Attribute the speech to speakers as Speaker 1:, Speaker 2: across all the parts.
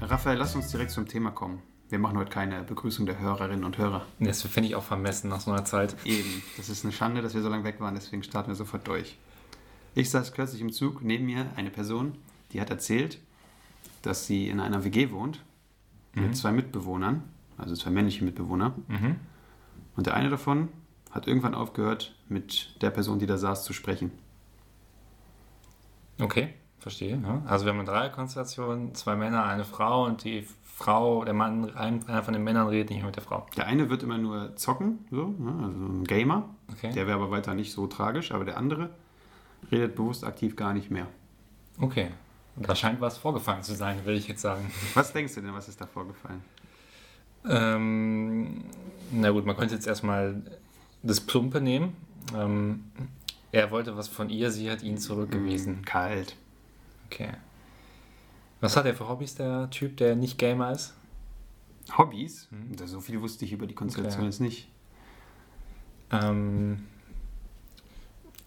Speaker 1: Raphael, lass uns direkt zum Thema kommen. Wir machen heute keine Begrüßung der Hörerinnen und Hörer.
Speaker 2: Das finde ich auch vermessen nach so einer Zeit.
Speaker 1: Eben, das ist eine Schande, dass wir so lange weg waren, deswegen starten wir sofort durch. Ich saß kürzlich im Zug, neben mir eine Person, die hat erzählt, dass sie in einer WG wohnt mit zwei Mitbewohnern, also zwei männliche Mitbewohner.
Speaker 2: Mhm.
Speaker 1: Und der eine davon hat irgendwann aufgehört, mit der Person, die da saß, zu sprechen.
Speaker 2: Okay, verstehe. Ja. Also wir haben eine Dreierkonstellation, zwei Männer, eine Frau und die Frau, der Mann, ein- einer von den Männern redet nicht mehr mit der Frau.
Speaker 1: Der eine wird immer nur zocken, so, ne, also ein Gamer.
Speaker 2: Okay.
Speaker 1: Der wäre aber weiter nicht so tragisch, aber der andere redet bewusst aktiv gar nicht mehr.
Speaker 2: Okay. Da scheint was vorgefallen zu sein, würde ich jetzt sagen.
Speaker 1: Was denkst du denn, was ist da vorgefallen?
Speaker 2: Ähm, na gut, man könnte jetzt erstmal das Plumpe nehmen. Ähm, er wollte was von ihr, sie hat ihn
Speaker 1: Mhm.
Speaker 2: zurückgewiesen.
Speaker 1: Kalt.
Speaker 2: Okay. Was hat er für Hobbys, der Typ, der nicht Gamer ist?
Speaker 1: Hobbys? Da So viel wusste ich über die Konstellation
Speaker 2: Hm. Okay.
Speaker 1: jetzt nicht.
Speaker 2: Ähm,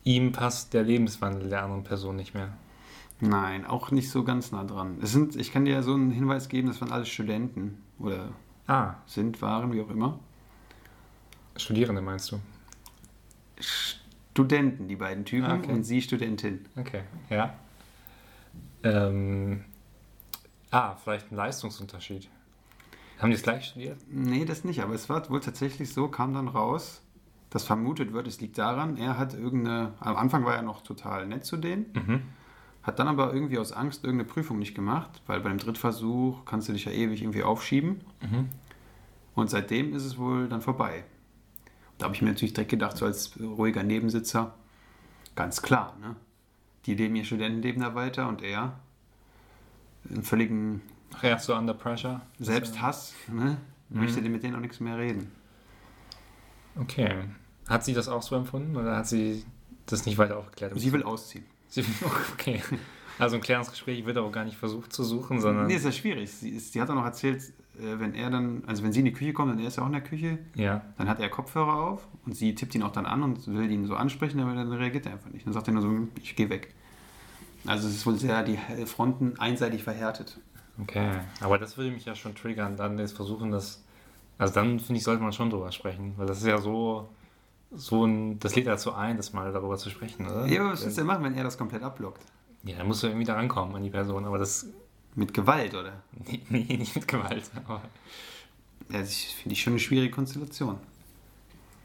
Speaker 2: ihm passt der Lebenswandel der anderen Person nicht mehr.
Speaker 1: Nein, auch nicht so ganz nah dran. Es sind, ich kann dir ja so einen Hinweis geben, das waren alles Studenten oder
Speaker 2: Ah,
Speaker 1: sind, waren, wie auch immer.
Speaker 2: Studierende meinst du?
Speaker 1: Studenten, die beiden Typen
Speaker 2: Ah, okay.
Speaker 1: und sie Studentin.
Speaker 2: Okay, ja. Ähm, ah, vielleicht ein Leistungsunterschied. Haben die es gleich studiert?
Speaker 1: Nee, das nicht, aber es war wohl tatsächlich so, kam dann raus, dass vermutet wird, es liegt daran, er hat irgendeine, am Anfang war er noch total nett zu denen,
Speaker 2: Mhm.
Speaker 1: hat dann aber irgendwie aus Angst irgendeine Prüfung nicht gemacht, weil bei dem Drittversuch kannst du dich ja ewig irgendwie aufschieben.
Speaker 2: Mhm.
Speaker 1: Und seitdem ist es wohl dann vorbei. Da habe ich mir natürlich direkt gedacht, so als ruhiger Nebensitzer, ganz klar, ne? Die leben ihr Studentenleben da weiter und er im völligen
Speaker 2: Ach, er ist so under pressure.
Speaker 1: Selbsthass, ne?
Speaker 2: Mhm.
Speaker 1: Möchte mit denen auch nichts mehr reden.
Speaker 2: Okay. Hat sie das auch so empfunden oder hat sie das nicht weiter aufgeklärt?
Speaker 1: Ähm, Sie will ausziehen.
Speaker 2: Sie will- okay. Also ein klärendes Gespräch wird auch gar nicht versucht zu suchen, sondern.
Speaker 1: Nee, ist ja schwierig. Sie, ist, sie hat auch noch erzählt, äh, wenn er dann, also wenn sie in die Küche kommt und er ist ja auch in der Küche,
Speaker 2: Ja.
Speaker 1: dann hat er Kopfhörer auf und sie tippt ihn auch dann an und will ihn so ansprechen, aber dann reagiert er einfach nicht. Dann sagt er nur so, ich gehe weg. Also es ist wohl sehr, die Fronten einseitig verhärtet.
Speaker 2: Okay. Aber das würde mich ja schon triggern. Dann jetzt versuchen, das. Also dann finde ich, sollte man schon drüber sprechen, weil das ist ja so. So ein, das lädt dazu ein, das mal darüber zu sprechen, oder?
Speaker 1: Ja, aber was willst du denn machen, wenn er das komplett abblockt?
Speaker 2: Ja, da musst du irgendwie da rankommen an die Person, aber das.
Speaker 1: Mit Gewalt, oder?
Speaker 2: Nee, nee nicht mit Gewalt. Aber
Speaker 1: Ja, das finde ich schon eine schwierige Konstellation.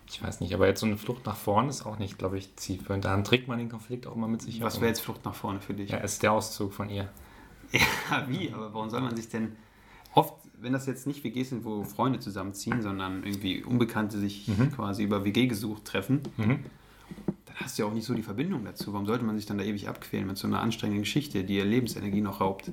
Speaker 2: ich weiß nicht, aber jetzt so eine Flucht nach vorn ist auch nicht, glaube ich, zielführend. Dann trägt man den Konflikt auch mal mit sich
Speaker 1: Was
Speaker 2: herum.
Speaker 1: wäre jetzt Flucht nach vorne für dich?
Speaker 2: Ja, ist der Auszug von ihr.
Speaker 1: Ja, Ah, wie? Aber warum soll man sich denn oft, wenn das jetzt nicht WGs sind, wo Freunde zusammenziehen, sondern irgendwie Unbekannte sich quasi über WG gesucht treffen,
Speaker 2: Mhm.
Speaker 1: dann hast du ja auch nicht so die Verbindung dazu. Warum sollte man sich dann da ewig abquälen mit so einer anstrengenden Geschichte, die ihr Lebensenergie noch raubt?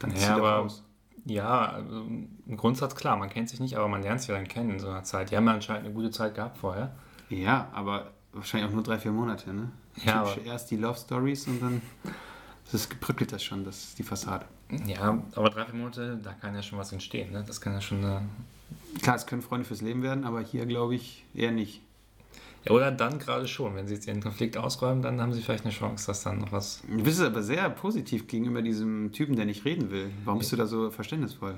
Speaker 1: Dann zieh
Speaker 2: Ja,
Speaker 1: doch
Speaker 2: aber-
Speaker 1: raus.
Speaker 2: Ja, also im Grundsatz klar, man kennt sich nicht, aber man lernt sich ja dann kennen in so einer Zeit. Die haben ja anscheinend eine gute Zeit gehabt vorher.
Speaker 1: Ja, aber wahrscheinlich auch nur drei, vier Monate, ne?
Speaker 2: Ja,
Speaker 1: Typisch Erst die Love Stories und dann das bröckelt das schon, das ist die Fassade.
Speaker 2: Ja, aber drei, vier Monate, da kann ja schon was entstehen. Ne? Das kann ja schon. Eine
Speaker 1: Klar, es können Freunde fürs Leben werden, aber hier glaube ich eher nicht.
Speaker 2: ja, oder dann gerade schon. Wenn sie jetzt ihren Konflikt ausräumen, dann haben sie vielleicht eine Chance, dass dann noch was.
Speaker 1: Du bist aber sehr positiv gegenüber diesem Typen, der nicht reden will. Warum bist du da so verständnisvoll?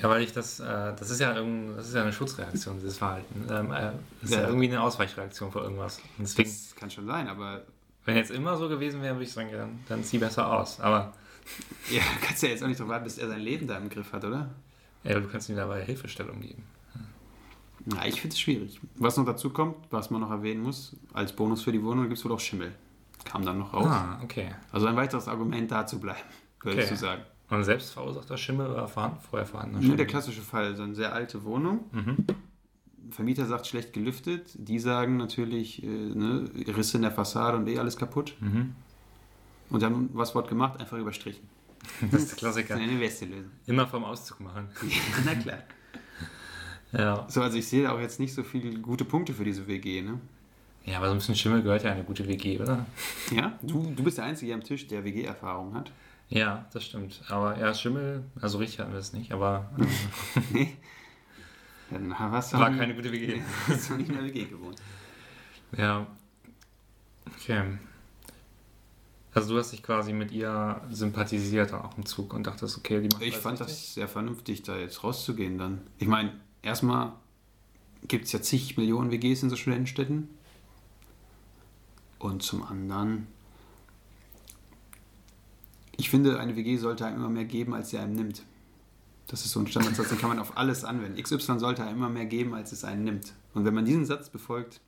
Speaker 2: Ja, weil ich das. Äh, das, ist ja irgend, das ist ja eine Schutzreaktion, dieses Verhalten. Ähm, äh, das ist ja.
Speaker 1: Ja.
Speaker 2: irgendwie eine Ausweichreaktion vor irgendwas. Und deswegen,
Speaker 1: Das kann schon sein, aber
Speaker 2: wenn jetzt immer so gewesen wäre, würde ich sagen, ja, dann, dann zieh besser aus. Aber
Speaker 1: ja, kannst ja jetzt auch nicht drauf warten, bis er sein Leben da im Griff hat, oder?
Speaker 2: ja, du kannst ihm dabei Hilfestellung geben.
Speaker 1: Ja, ich finde es schwierig. Was noch dazu kommt, was man noch erwähnen muss, als Bonus für die Wohnung gibt es wohl auch Schimmel. Kam dann noch raus.
Speaker 2: Ah, okay.
Speaker 1: Also ein weiteres Argument, da zu bleiben, würdest
Speaker 2: Okay.
Speaker 1: du sagen.
Speaker 2: Und selbst verursachter Schimmel oder vorhanden, vorher vorhandener
Speaker 1: Nur
Speaker 2: Schimmel?
Speaker 1: der klassische Fall, so eine sehr alte Wohnung.
Speaker 2: Mhm.
Speaker 1: Vermieter sagt schlecht gelüftet, die sagen natürlich, äh, ne, Risse in der Fassade und eh alles kaputt.
Speaker 2: Mhm.
Speaker 1: Und dann, was wird gemacht? Einfach überstrichen.
Speaker 2: Das ist der Klassiker.
Speaker 1: Das ist eine beste Lösung.
Speaker 2: Immer vom Auszug machen.
Speaker 1: Na klar.
Speaker 2: Ja.
Speaker 1: So, also ich sehe da auch jetzt nicht so viele gute Punkte für diese WG, ne?
Speaker 2: Ja, aber so ein bisschen Schimmel gehört ja in eine gute WG, oder?
Speaker 1: Ja? Du, du bist der Einzige hier am Tisch, der WG-Erfahrung hat.
Speaker 2: Ja, das stimmt. Aber ja, Schimmel, also richtig hatten wir es nicht, aber
Speaker 1: Mhm.
Speaker 2: äh,
Speaker 1: nee. Dann hast du
Speaker 2: war
Speaker 1: auch-
Speaker 2: keine gute WG.
Speaker 1: hast du nicht in der WG gewohnt.
Speaker 2: Ja. Okay. Also du hast dich quasi mit ihr sympathisiert auch im Zug und dachtest, okay, die macht
Speaker 1: Hm, Ich
Speaker 2: alles
Speaker 1: fand
Speaker 2: richtig.
Speaker 1: das sehr vernünftig, da jetzt rauszugehen dann. Ich meine, erstmal gibt es ja zig Millionen WGs in so Studentenstädten. Und zum anderen, ich finde, eine WG sollte einem immer mehr geben, als sie einem nimmt. Das ist so ein Standardsatz, den kann man auf alles anwenden. XY sollte einem immer mehr geben, als es einen nimmt. Und wenn man diesen Satz befolgt,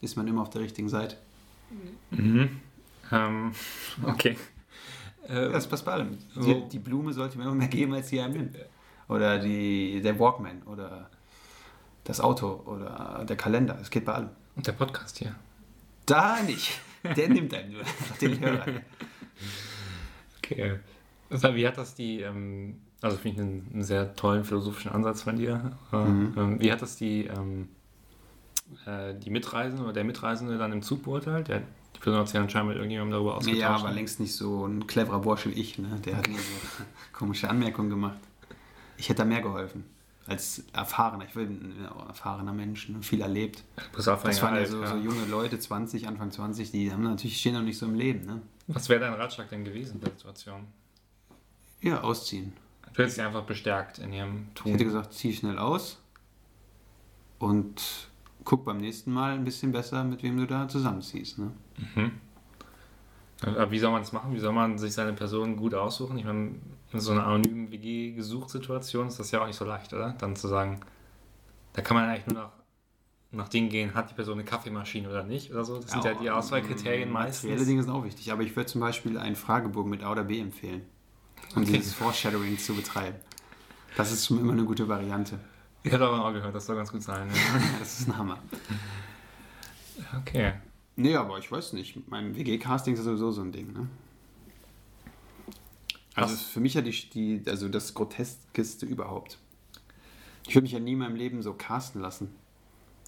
Speaker 1: ist man immer auf der richtigen Seite.
Speaker 2: Mhm. Ähm, okay. Äh,
Speaker 1: Das passt bei allem.
Speaker 2: So.
Speaker 1: Die, die Blume sollte mir immer mehr geben, als sie einem nimmt. Oder die, der Walkman oder das Auto oder der Kalender. Es geht bei allem.
Speaker 2: und der Podcast hier.
Speaker 1: Da nicht. Der nimmt einem nur den Hörer.
Speaker 2: Okay. Also, wie hat das die, ähm, also finde ich einen, einen sehr tollen philosophischen Ansatz von dir. Äh,
Speaker 1: Mhm.
Speaker 2: ähm, wie hat das die, ähm, äh, die Mitreisende oder der Mitreisende dann im Zug beurteilt? Der, die Person hat sich anscheinend mit irgendjemandem darüber ausgetauscht.
Speaker 1: Ja, aber längst nicht so ein cleverer Bursch wie ich. Ne? Der hat nur so komische Anmerkungen gemacht. Ich hätte da mehr geholfen. Als erfahrener. Ich bin ja auch ein erfahrener Mensch. Ne? Viel erlebt.
Speaker 2: das war
Speaker 1: Das waren ja
Speaker 2: alt,
Speaker 1: so,
Speaker 2: ja.
Speaker 1: so junge Leute, 20, Anfang 20. Die haben natürlich stehen noch nicht so im Leben. Ne?
Speaker 2: Was wäre dein Ratschlag denn gewesen in der Situation?
Speaker 1: Ja, ausziehen.
Speaker 2: Du hättest sie einfach bestärkt in ihrem
Speaker 1: Ich
Speaker 2: Tun.
Speaker 1: hätte gesagt, zieh schnell aus und guck beim nächsten Mal ein bisschen besser, mit wem du da zusammenziehst. Ne?
Speaker 2: Aber wie soll man das machen? Wie soll man sich seine Person gut aussuchen? Ich meine, in so einer anonymen WG-Gesuchtsituation ist das ja auch nicht so leicht, oder? Dann zu sagen, da kann man eigentlich nur nach, nach Dingen gehen, hat die Person eine Kaffeemaschine oder nicht oder so. Das sind ja die Auswahlkriterien
Speaker 1: ähm,
Speaker 2: meistens.
Speaker 1: Materielle Dinge sind auch wichtig, aber ich würde zum Beispiel einen Fragebogen mit A oder B empfehlen, um dieses Foreshadowing zu betreiben. Das ist schon immer eine gute Variante.
Speaker 2: Ich habe aber auch gehört, das soll ganz gut sein. Ja.
Speaker 1: Das ist ein Hammer.
Speaker 2: Okay.
Speaker 1: Nee, aber ich weiß nicht. Mit meinem WG-Casting ist das sowieso so ein Ding, ne? Also
Speaker 2: Was?
Speaker 1: für mich ja die, die, also das Groteskeste überhaupt. Ich würde mich ja nie in meinem Leben so casten lassen.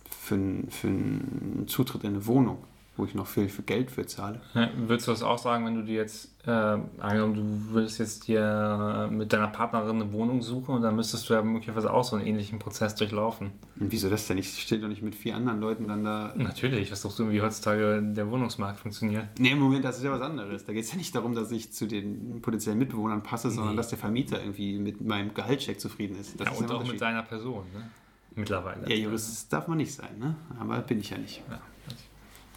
Speaker 1: Für, n- für einen Zutritt in eine Wohnung, wo ich noch viel, viel Geld für zahle.
Speaker 2: Ja, Würdest du das auch sagen, wenn du dir jetzt, äh, angenommen, du würdest jetzt dir äh, mit deiner Partnerin eine Wohnung suchen und dann müsstest du ja möglicherweise auch so einen ähnlichen Prozess durchlaufen?
Speaker 1: Und wieso das denn? Ich stehe doch nicht mit vier anderen Leuten dann da.
Speaker 2: Natürlich, was suchst du, wie heutzutage der Wohnungsmarkt funktioniert?
Speaker 1: Nee, Moment, das ist ja was anderes. Da geht es ja nicht darum, dass ich zu den potenziellen Mitbewohnern passe, sondern
Speaker 2: Nee.
Speaker 1: dass der Vermieter irgendwie mit meinem Gehaltscheck zufrieden ist. Das
Speaker 2: ja,
Speaker 1: ist
Speaker 2: und
Speaker 1: ein
Speaker 2: auch
Speaker 1: Unterschied.
Speaker 2: mit seiner Person, ne? Mittlerweile.
Speaker 1: Ja, Jurist darf man nicht sein, ne? Aber bin ich ja nicht.
Speaker 2: Bin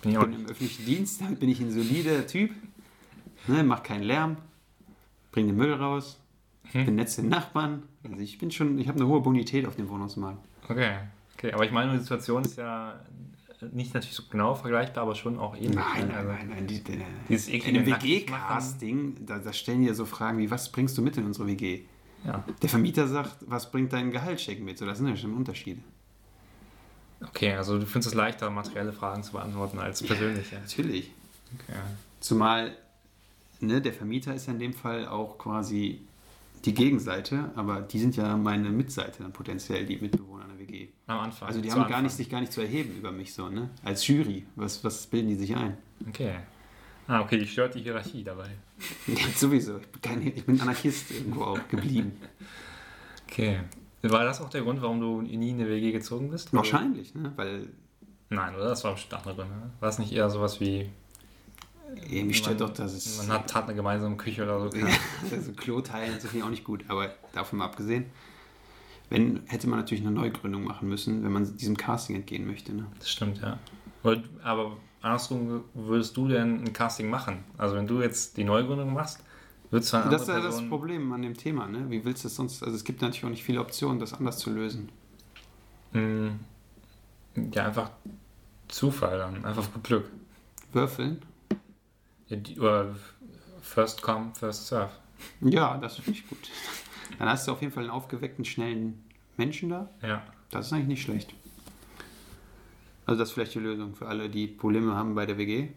Speaker 2: ich
Speaker 1: Ich
Speaker 2: auch
Speaker 1: bin
Speaker 2: nicht.
Speaker 1: im öffentlichen Dienst, damit bin ich ein solider Typ. Ne, mach keinen Lärm, bring den Müll raus, bin nett zu den Nachbarn. Also ich bin schon, ich habe eine hohe Bonität auf dem Wohnungsmarkt.
Speaker 2: Okay. okay, aber ich meine, die Situation ist ja nicht natürlich so genau vergleichbar, aber schon auch ähnlich.
Speaker 1: Nein,
Speaker 2: ne?
Speaker 1: nein,
Speaker 2: Also,
Speaker 1: nein, nein. Die, die,
Speaker 2: Dieses
Speaker 1: in
Speaker 2: eklige
Speaker 1: dem
Speaker 2: nackig
Speaker 1: WG-Casting, da, da stellen die ja so Fragen wie, was bringst du mit in unsere WG?
Speaker 2: Ja.
Speaker 1: Der Vermieter sagt, was bringt dein Gehaltscheck mit? So, das sind ja schon Unterschiede.
Speaker 2: Okay, also du findest es leichter, materielle Fragen zu beantworten als persönliche.
Speaker 1: Natürlich.
Speaker 2: Okay.
Speaker 1: Zumal ne, der Vermieter ist ja in dem Fall auch quasi die Gegenseite, aber die sind ja meine Mitseite dann potenziell, die Mitbewohner einer WG.
Speaker 2: Am Anfang.
Speaker 1: Also die
Speaker 2: zu
Speaker 1: haben gar
Speaker 2: Anfang.
Speaker 1: nicht, sich gar nicht zu erheben über mich so, ne? Als Jury. Was, was bilden die sich ein?
Speaker 2: Okay. Ah, okay, die stört die Hierarchie dabei.
Speaker 1: Sowieso. Ich bin, kein, ich bin Anarchist irgendwo auch geblieben.
Speaker 2: Also Okay. War das auch der Grund, warum du nie in eine WG gezogen bist?
Speaker 1: Wahrscheinlich, ne? Weil
Speaker 2: Nein, oder? Das war bestimmt andere Gründe. ne? War es nicht eher sowas wie,
Speaker 1: ey, mich stört
Speaker 2: Man-
Speaker 1: doch, dass es
Speaker 2: man hat, hat eine gemeinsame Küche oder so? keine Ahnung.
Speaker 1: also Klo teilen ist ja auch nicht gut, aber davon mal abgesehen. Wenn, hätte man natürlich eine Neugründung machen müssen, wenn man diesem Casting entgehen möchte. Ne?
Speaker 2: Das stimmt, ja. Und- Aber andersrum würdest du denn ein Casting machen? Also wenn du jetzt die Neugründung machst, würdest du eine
Speaker 1: Das ist
Speaker 2: andere
Speaker 1: ja das
Speaker 2: Person-
Speaker 1: Problem an dem Thema, ne? Wie willst du es sonst? Also es gibt natürlich auch nicht viele Optionen, das anders zu lösen.
Speaker 2: Mm, Ja, einfach Zufall dann, einfach Glück.
Speaker 1: Würfeln?
Speaker 2: Ja, die- Oder first come, first serve.
Speaker 1: Ja, das finde ich gut. Dann hast du auf jeden Fall einen aufgeweckten, schnellen Menschen da.
Speaker 2: Ja.
Speaker 1: Das ist eigentlich nicht schlecht. Also das ist vielleicht die Lösung für alle, die Probleme haben bei der WG.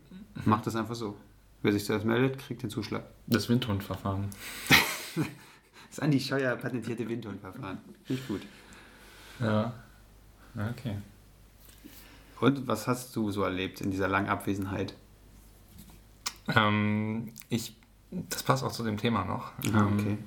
Speaker 1: Macht das einfach so. Wer sich zuerst meldet, kriegt den Zuschlag.
Speaker 2: Das Windhundverfahren.
Speaker 1: Das Andi Scheuer patentierte Windhundverfahren. Nicht gut.
Speaker 2: Ja. Okay.
Speaker 1: Und was hast du so erlebt in dieser langen Abwesenheit?
Speaker 2: Ähm, ich, das passt auch zu dem Thema noch.
Speaker 1: Ah,
Speaker 2: Ähm,
Speaker 1: okay.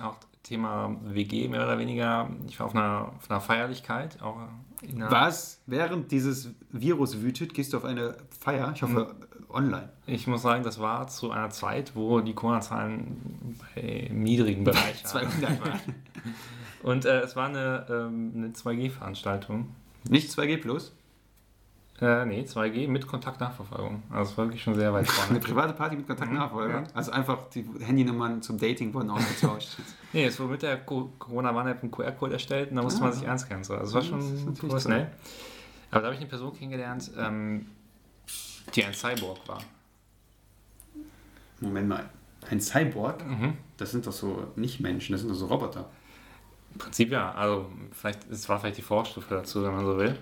Speaker 2: Auch Thema WG mehr oder weniger. Ich war auf einer, auf einer Feierlichkeit. Auch in einer,
Speaker 1: Was? Während dieses Virus wütet, gehst du auf eine Feier, ich hoffe äh, online.
Speaker 2: Ich muss sagen, das war zu einer Zeit, wo die Corona-Zahlen bei- im niedrigen Bereich waren.
Speaker 1: 200 Mal.
Speaker 2: Und äh, es war eine, ähm, eine 2G-Veranstaltung.
Speaker 1: Nicht 2G plus?
Speaker 2: Äh, nee, 2G mit Kontaktnachverfolgung. Also es war wirklich schon sehr weit
Speaker 1: Eine
Speaker 2: vorne.
Speaker 1: private Party mit Kontaktnachfolger?
Speaker 2: Ja.
Speaker 1: Also einfach die Handynummern zum Dating wurden ausgetauscht.
Speaker 2: nee, es wurde mit der Co- Corona-Warn-App ein QR-Code erstellt und da musste man
Speaker 1: Ah.
Speaker 2: sich einscannen. So. Also es war
Speaker 1: Das ist
Speaker 2: schon
Speaker 1: natürlich
Speaker 2: professionell. Aber da habe ich eine Person kennengelernt, ähm, die ein Cyborg war.
Speaker 1: Moment mal. Ein Cyborg?
Speaker 2: Mhm.
Speaker 1: Das sind doch so nicht Menschen, das sind doch so Roboter.
Speaker 2: Im Prinzip ja. Also vielleicht, es war vielleicht die Vorstufe dazu, wenn man so will.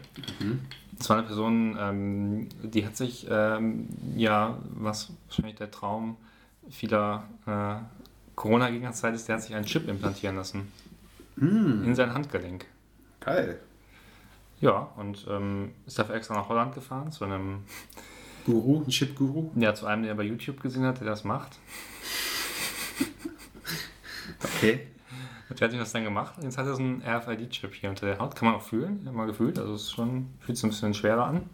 Speaker 2: Es war eine Person, ähm, die hat sich, ähm, ja, was wahrscheinlich der Traum vieler äh, Corona-Gegner Zeit ist, der hat sich einen Chip implantieren lassen. In sein Handgelenk.
Speaker 1: Hm, Geil.
Speaker 2: Ja, und ähm, ist dafür extra nach Holland gefahren, zu einem,
Speaker 1: Guru, ein Chip-Guru.
Speaker 2: ja, zu einem, den er bei YouTube gesehen hat, der das macht.
Speaker 1: Okay.
Speaker 2: Und der hat ihm das dann gemacht. Und jetzt hat er so einen RFID-Chip hier unter der Haut. Kann man auch fühlen, hat man gefühlt. Also es ist schon, fühlt sich ein bisschen schwerer an.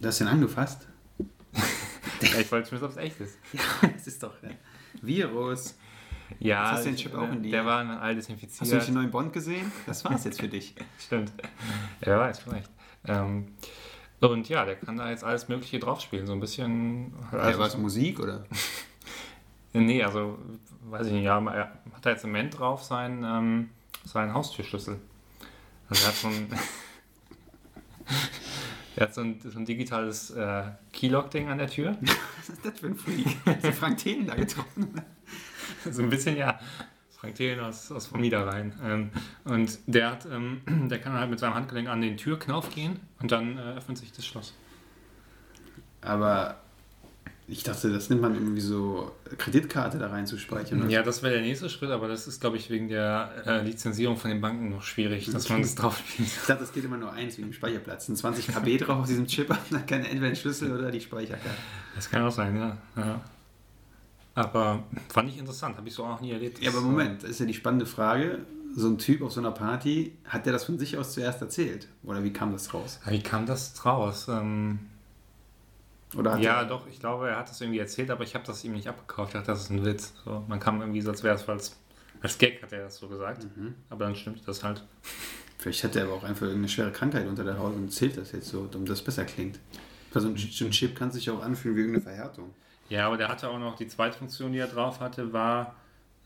Speaker 1: Du hast ihn angefasst?
Speaker 2: Ja, ich wollte zumindest, ob es echt ist.
Speaker 1: Ja, das ist doch ein Virus.
Speaker 2: Ja,
Speaker 1: Jetzt hast du den Chip auch in die-
Speaker 2: der war dann all
Speaker 1: Hast du nicht den
Speaker 2: desinfiziert.
Speaker 1: neuen Bond gesehen? Das war's jetzt für dich.
Speaker 2: Stimmt. Ja, wer weiß, vielleicht. Ähm, und ja, der kann da jetzt alles Mögliche drauf spielen, so ein bisschen. also,
Speaker 1: Ja, war es Musik oder?
Speaker 2: nee, also, weiß ich nicht, ja, aber er hat da jetzt im Moment drauf seinen, ähm, seinen Haustürschlüssel. Also, er hat so ein. er hat so ein, so ein digitales äh, Keylock-Ding an der Tür.
Speaker 1: Was ist das für ein Freak? Hast du Frank Thelen da getroffen?
Speaker 2: so ein bisschen, ja. Frank Thelen aus, aus vom Niederrhein. Ähm, und der hat, ähm, der kann halt mit seinem Handgelenk an den Türknauf gehen und dann äh, öffnet sich das Schloss.
Speaker 1: Aber ich dachte, das nimmt man irgendwie so äh, Kreditkarte da reinzuspeichern.
Speaker 2: Ja, das wäre der nächste Schritt, aber das ist, glaube ich, wegen der äh, Lizenzierung von den Banken noch schwierig, dass man das drauf spielt.
Speaker 1: Ich dachte, es geht immer nur eins wie im Speicherplatz. Ein 20 KB drauf auf diesem Chip, dann kann er entweder den Schlüssel oder die Speicherkarte.
Speaker 2: Das kann auch sein, ja. ja. Aber fand ich interessant, habe ich so auch noch nie erlebt.
Speaker 1: Ja, aber Moment, das ist ja die spannende Frage. So ein Typ auf so einer Party, hat der das von sich aus zuerst erzählt? Oder wie kam das raus?
Speaker 2: Wie kam das raus? Ähm,
Speaker 1: Oder hat
Speaker 2: Ja,
Speaker 1: er,
Speaker 2: doch, ich glaube, er hat das irgendwie erzählt, aber ich habe das ihm nicht abgekauft. Ich dachte, das ist ein Witz. So, man kam irgendwie so, als wäre es als, als Gag, hat er das so gesagt.
Speaker 1: Mhm.
Speaker 2: Aber dann stimmt das halt.
Speaker 1: vielleicht hat er aber auch einfach irgendeine schwere Krankheit unter der Haut und erzählt das jetzt so, damit das besser klingt. Weil so ein, so ein Chip kann sich auch anfühlen wie irgendeine Verhärtung.
Speaker 2: Ja, aber der hatte auch noch die zweite Funktion, die er drauf hatte, war,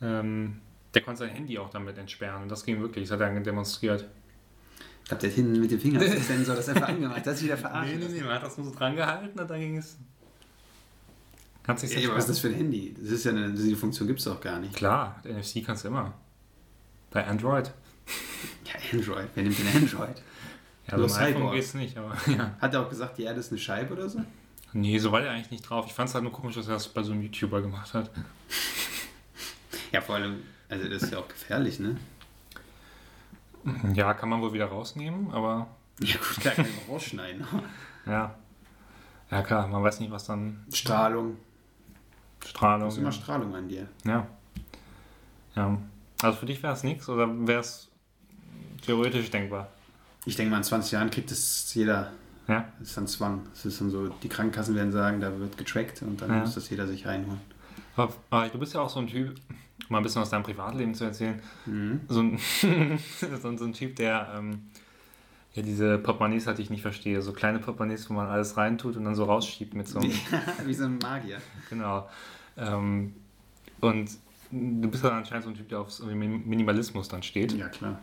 Speaker 2: ähm, der konnte sein Handy auch damit entsperren. Und das ging wirklich, das hat er dann demonstriert.
Speaker 1: Ich glaube, der hat hinten mit dem Finger den Sensor das einfach angemacht. Ah, Das ist wieder verarscht.
Speaker 2: man hat das nur so dran gehalten und dann ging es. Kannst du
Speaker 1: Ey, was ist das für ein Handy? Das ist ja eine, diese Funktion gibt es auch gar nicht.
Speaker 2: Klar, NFC kannst du immer. Bei Android.
Speaker 1: Ja, Android. Wer nimmt denn Android?
Speaker 2: Ja,
Speaker 1: Nur
Speaker 2: beim iPhone
Speaker 1: Cyborg.
Speaker 2: geht's nicht, aber ja.
Speaker 1: Hat er auch gesagt, die Erde ist eine Scheibe oder so?
Speaker 2: Nee, so war der eigentlich nicht drauf. Ich fand es halt nur komisch, dass er das bei so einem YouTuber gemacht hat.
Speaker 1: Ja, vor allem, also das ist ja auch gefährlich, ne?
Speaker 2: Ja, kann man wohl wieder rausnehmen, aber
Speaker 1: Ja gut, klar, kann man auch rausschneiden.
Speaker 2: ja. Ja klar, man weiß nicht, was dann
Speaker 1: Strahlung.
Speaker 2: Strahlung.
Speaker 1: Du hast immer Strahlung an dir.
Speaker 2: ja. ja. Also für dich wäre es nichts oder wäre es theoretisch denkbar?
Speaker 1: Ich denke mal, in 20 Jahren kriegt es jeder.
Speaker 2: Ja.
Speaker 1: Das ist dann Zwang. Das ist dann so, die Krankenkassen werden sagen, da wird getrackt und dann
Speaker 2: Ja.
Speaker 1: muss das jeder sich reinholen.
Speaker 2: Aber, aber du bist ja auch so ein Typ, um mal ein bisschen aus deinem Privatleben zu erzählen,
Speaker 1: Mhm.
Speaker 2: so ein, so, ein- so ein Typ, der ähm, ja diese Portemonnaies halt ich nicht verstehe. So kleine Portemonnaies, wo man alles reintut und dann so rausschiebt mit so einem
Speaker 1: Wie so ein Magier.
Speaker 2: Genau. Ähm, und du bist dann anscheinend so ein Typ, der auf so Min- Minimalismus dann steht.
Speaker 1: Ja, klar.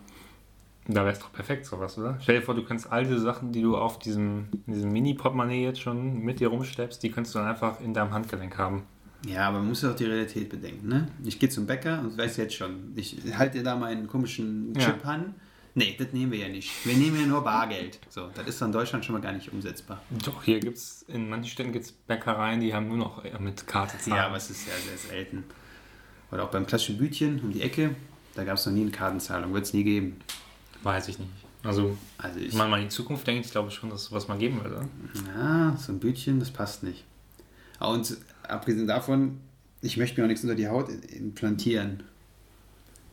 Speaker 2: Da wär's doch perfekt sowas, oder? Stell dir vor, du könntest all diese Sachen, die du auf diesem, in diesem Mini-Portemonnaie jetzt schon mit dir rumschleppst, die könntest du dann einfach in deinem Handgelenk haben.
Speaker 1: Ja, aber man muss ja auch die Realität bedenken, ne? Ich gehe zum Bäcker und weiß jetzt schon, ich halte dir da meinen komischen
Speaker 2: Ja.
Speaker 1: Chip an. Nee, das nehmen wir ja nicht. Wir nehmen ja nur Bargeld. So, das ist in Deutschland schon mal gar nicht umsetzbar.
Speaker 2: Doch, hier gibt's, in manchen Städten gibt's Bäckereien, die haben nur noch äh, mit Karte zahlen.
Speaker 1: Ja, aber es ist ja sehr selten. Oder auch beim klassischen Bütchen um die Ecke, da gab es noch nie eine Kartenzahlung, wird es nie geben.
Speaker 2: Weiß ich nicht. Also,
Speaker 1: Also ich,
Speaker 2: ich meine, mal in die Zukunft denke ich, glaube schon, dass es sowas mal geben würde.
Speaker 1: ja, so ein Bütchen, das passt nicht. Ah, Und abgesehen davon, ich möchte mir auch nichts unter die Haut implantieren.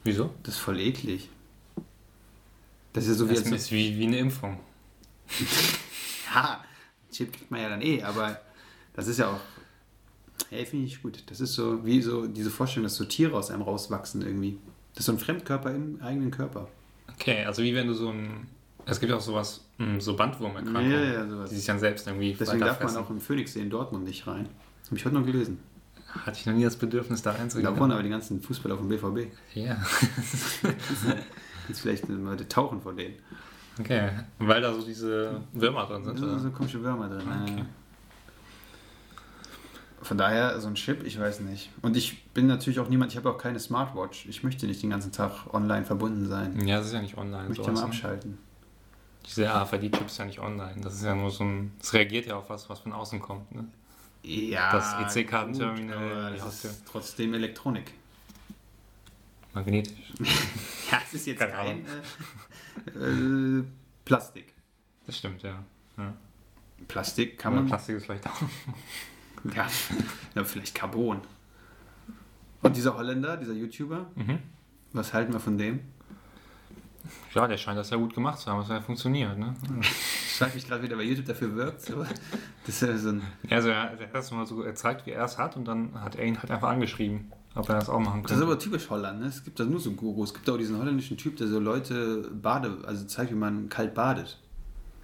Speaker 2: Wieso?
Speaker 1: Das ist voll eklig. Das ist ja so wie
Speaker 2: Das
Speaker 1: jetzt.
Speaker 2: ist wie, wie eine Impfung.
Speaker 1: Ha! Chip kriegt man ja dann eh, aber das ist ja auch. Hey, finde ich gut. Das ist so wie so diese Vorstellung, dass so Tiere aus einem rauswachsen irgendwie. Das ist so ein Fremdkörper im eigenen Körper.
Speaker 2: Okay, also wie wenn du so ein. Es gibt auch sowas, mh, so Bandwurmerkrankungen,
Speaker 1: Ja, ja, sowas.
Speaker 2: die sich dann selbst irgendwie
Speaker 1: Deswegen darf man
Speaker 2: weiterfressen.
Speaker 1: auch im Phoenixsee in Dortmund nicht rein. Habe ich heute noch gelesen.
Speaker 2: Hatte ich noch nie das Bedürfnis, da
Speaker 1: Da
Speaker 2: reinzugehen.
Speaker 1: wohnen aber die ganzen Fußballer vom BVB.
Speaker 2: Ja.
Speaker 1: Jetzt vielleicht Leute tauchen vor denen.
Speaker 2: Okay. Weil da so diese Würmer drin
Speaker 1: Da
Speaker 2: sind,
Speaker 1: sind so
Speaker 2: oder?
Speaker 1: komische Würmer drin.
Speaker 2: Okay.
Speaker 1: Von daher so ein Chip, ich weiß nicht. Und ich bin natürlich auch niemand, ich habe auch keine Smartwatch. Ich möchte nicht den ganzen Tag online verbunden sein.
Speaker 2: Ja, das ist ja nicht
Speaker 1: Ich
Speaker 2: online.
Speaker 1: möchte mal
Speaker 2: ne?
Speaker 1: abschalten.
Speaker 2: Diese AFID-Chip ist ja nicht online. Das ist ja nur so ein. Es reagiert ja auf was, was von außen kommt. Ne?
Speaker 1: Ja,
Speaker 2: Das EC-Kartenterminal
Speaker 1: gut, aber
Speaker 2: in die
Speaker 1: Das
Speaker 2: Haustür.
Speaker 1: ist trotzdem Elektronik.
Speaker 2: Magnetisch.
Speaker 1: Ja, es ist jetzt
Speaker 2: Keine
Speaker 1: kein äh, äh, Plastik.
Speaker 2: Das stimmt, ja. ja.
Speaker 1: Plastik kann
Speaker 2: Aber
Speaker 1: man.
Speaker 2: Plastik ist vielleicht auch.
Speaker 1: Ja, ja, vielleicht Carbon. Und dieser Holländer, dieser YouTuber,
Speaker 2: Mhm.
Speaker 1: was halten wir von dem?
Speaker 2: Ja, der scheint das ja gut gemacht zu haben. Das hat ja funktioniert, ne?
Speaker 1: Ich frage mich gerade, wie der bei YouTube dafür wirkt. Aber das ist ja so ein.
Speaker 2: Also er, er hat das mal so gezeigt, wie er es hat und dann hat er ihn halt einfach angeschrieben, ob er das auch machen
Speaker 1: Das ist
Speaker 2: könnte.
Speaker 1: aber typisch Holland, ne? Es gibt da nur so Gurus. Es gibt auch diesen holländischen Typ, der so Leute bade, also zeigt, wie man kalt badet.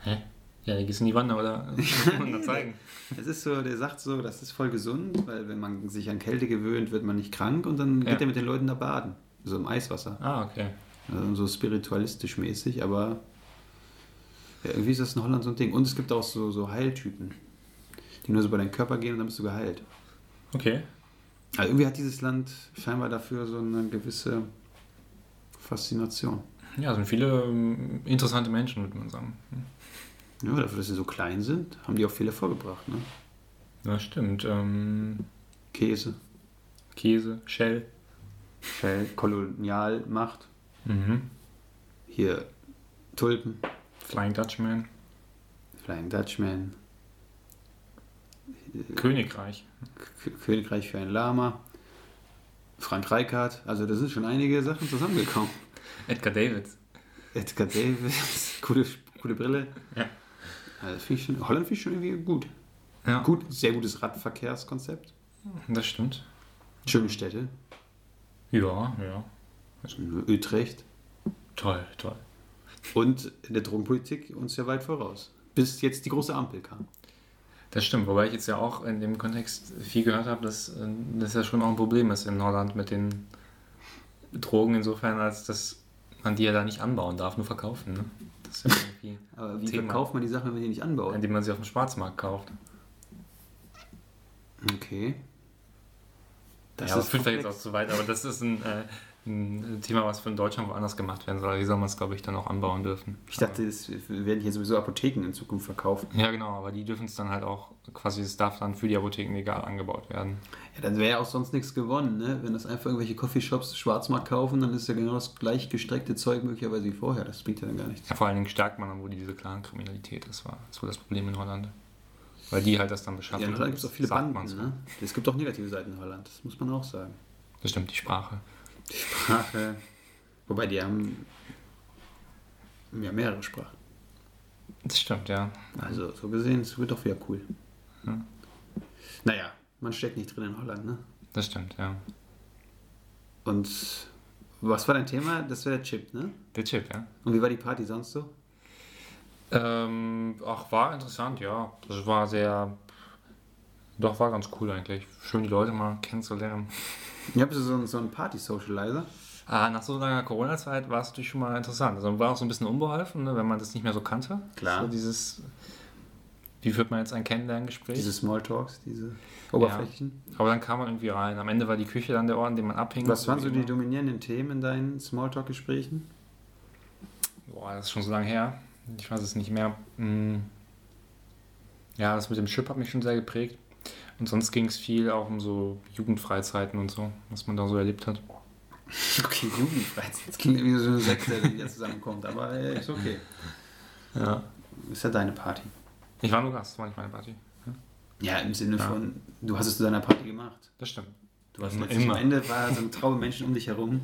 Speaker 2: Hä? Ja, der gehst in die Wanne oder das muss man dann zeigen.
Speaker 1: Es ist so, der sagt so, das ist voll gesund, weil wenn man sich an Kälte gewöhnt, wird man nicht krank und dann
Speaker 2: Ja.
Speaker 1: geht er mit den Leuten da baden. So im Eiswasser.
Speaker 2: Ah, okay.
Speaker 1: Also so spiritualistisch mäßig, aber ja, irgendwie ist das in Holland so ein Ding. Und es gibt auch so, so Heiltypen, die nur so bei deinen Körper gehen und dann bist du geheilt.
Speaker 2: Okay.
Speaker 1: Also irgendwie hat dieses Land scheinbar dafür so eine gewisse Faszination.
Speaker 2: Ja, sind viele ähm, interessante Menschen, würde man sagen.
Speaker 1: Ja, dafür, dass sie so klein sind, haben die auch viel hervorgebracht, ne?
Speaker 2: Ja, stimmt. Ähm,
Speaker 1: Käse,
Speaker 2: Käse, Shell.
Speaker 1: Shell, Kolonialmacht,
Speaker 2: Mhm.
Speaker 1: hier Tulpen,
Speaker 2: Flying Dutchman.
Speaker 1: Flying Dutchman,
Speaker 2: Königreich.
Speaker 1: K Königreich für ein Lama, Frank Reichardt, also da sind schon einige Sachen zusammengekommen.
Speaker 2: Edgar Davids.
Speaker 1: Edgar Davis, coole, coole Brille.
Speaker 2: Ja.
Speaker 1: Also das finde ich schon, Holland finde ich schon irgendwie gut.
Speaker 2: Ja,
Speaker 1: Gut, sehr gutes Radverkehrskonzept.
Speaker 2: das stimmt. Mhm.
Speaker 1: Schöne Städte.
Speaker 2: Ja, ja.
Speaker 1: Utrecht.
Speaker 2: Toll, toll.
Speaker 1: Und in der Drogenpolitik uns ja weit voraus. Bis jetzt die große Ampel kam.
Speaker 2: Das stimmt, wobei ich jetzt ja auch in dem Kontext viel gehört habe, dass äh, das ja schon auch ein Problem ist in Holland mit den Drogen, insofern, als dass man die ja da nicht anbauen darf, nur verkaufen. Ne? Das ist ja irgendwie,
Speaker 1: Aber wie
Speaker 2: Thema.
Speaker 1: verkauft man die Sachen, wenn man die nicht anbaut?
Speaker 2: indem man sie auf dem Schwarzmarkt kauft.
Speaker 1: Okay. Das
Speaker 2: ja, aber
Speaker 1: ist
Speaker 2: führt vielleicht
Speaker 1: komplex.
Speaker 2: auch zu weit, aber das ist ein, äh, ein Thema, was von Deutschland woanders gemacht werden soll. Hier soll man es, glaube ich, dann auch anbauen dürfen.
Speaker 1: Ich dachte, es werden hier sowieso Apotheken in Zukunft verkauft.
Speaker 2: Ja, genau, aber die dürfen es dann halt auch, quasi, es darf dann für die Apotheken legal angebaut werden.
Speaker 1: Ja, dann wäre ja auch sonst nichts gewonnen, ne? Wenn das einfach irgendwelche Coffeeshops Schwarzmarkt kaufen, dann ist ja genau das gleich gestreckte Zeug möglicherweise wie vorher. Das bringt ja dann gar nichts.
Speaker 2: Ja, vor allen Dingen stärkt man dann, wo diese Clankriminalität ist, war. Das war das Problem in Holland. Weil die halt das dann beschaffen.
Speaker 1: Ja, in Holland gibt es auch viele
Speaker 2: Sagt
Speaker 1: Banden.
Speaker 2: man so.
Speaker 1: Ne? Es gibt auch negative Seiten in Holland, das muss man auch sagen.
Speaker 2: Das stimmt, die Sprache.
Speaker 1: Sprache. Wobei die haben ja mehrere Sprachen.
Speaker 2: Das stimmt, ja.
Speaker 1: Also so gesehen, es wird doch wieder cool.
Speaker 2: Ja.
Speaker 1: Mhm. Naja, man steckt nicht drin in Holland. Ne?
Speaker 2: Das stimmt, ja.
Speaker 1: Und was war dein Thema? Das war der Chip, ne?
Speaker 2: Der Chip, ja.
Speaker 1: Und wie war die Party sonst so?
Speaker 2: Ähm, ach, war interessant, ja. Das war sehr. Doch, war ganz cool eigentlich. Schön, die Leute mal kennenzulernen.
Speaker 1: Ich habe so, einen- so einen Party-Socializer.
Speaker 2: Ah, nach so langer Corona-Zeit war es natürlich schon mal interessant. Also war auch so ein bisschen unbeholfen, ne, wenn man das nicht mehr so kannte.
Speaker 1: Klar.
Speaker 2: So dieses. Wie führt man jetzt ein Kennenlerngespräch?
Speaker 1: Diese Smalltalks, diese oberflächlichen.
Speaker 2: Aber dann kam man irgendwie rein. Am Ende war die Küche dann der Ort, in dem man abhing.
Speaker 1: Was waren so
Speaker 2: wie
Speaker 1: die
Speaker 2: immer.
Speaker 1: dominierenden Themen in deinen Smalltalk-Gesprächen?
Speaker 2: Boah, das ist schon so lange her. Ich weiß es nicht mehr. Hm. Ja, das mit dem Chip hat mich schon sehr geprägt. Und sonst ging es viel auch um so Jugendfreizeiten und so, was man da so erlebt hat.
Speaker 1: Okay, Jugendfreizeit. Das klingt irgendwie so eine Sekte, die da zusammenkommt, aber äh, ist okay.
Speaker 2: Ja.
Speaker 1: Ist ja deine Party.
Speaker 2: Ich war nur Gast, war nicht meine Party.
Speaker 1: Ja, im Sinne
Speaker 2: Ja.
Speaker 1: von, du hast es zu deiner Party gemacht.
Speaker 2: Das stimmt.
Speaker 1: Du warst
Speaker 2: Immer.
Speaker 1: letztlich am Ende war so eine Traube Menschen um dich herum.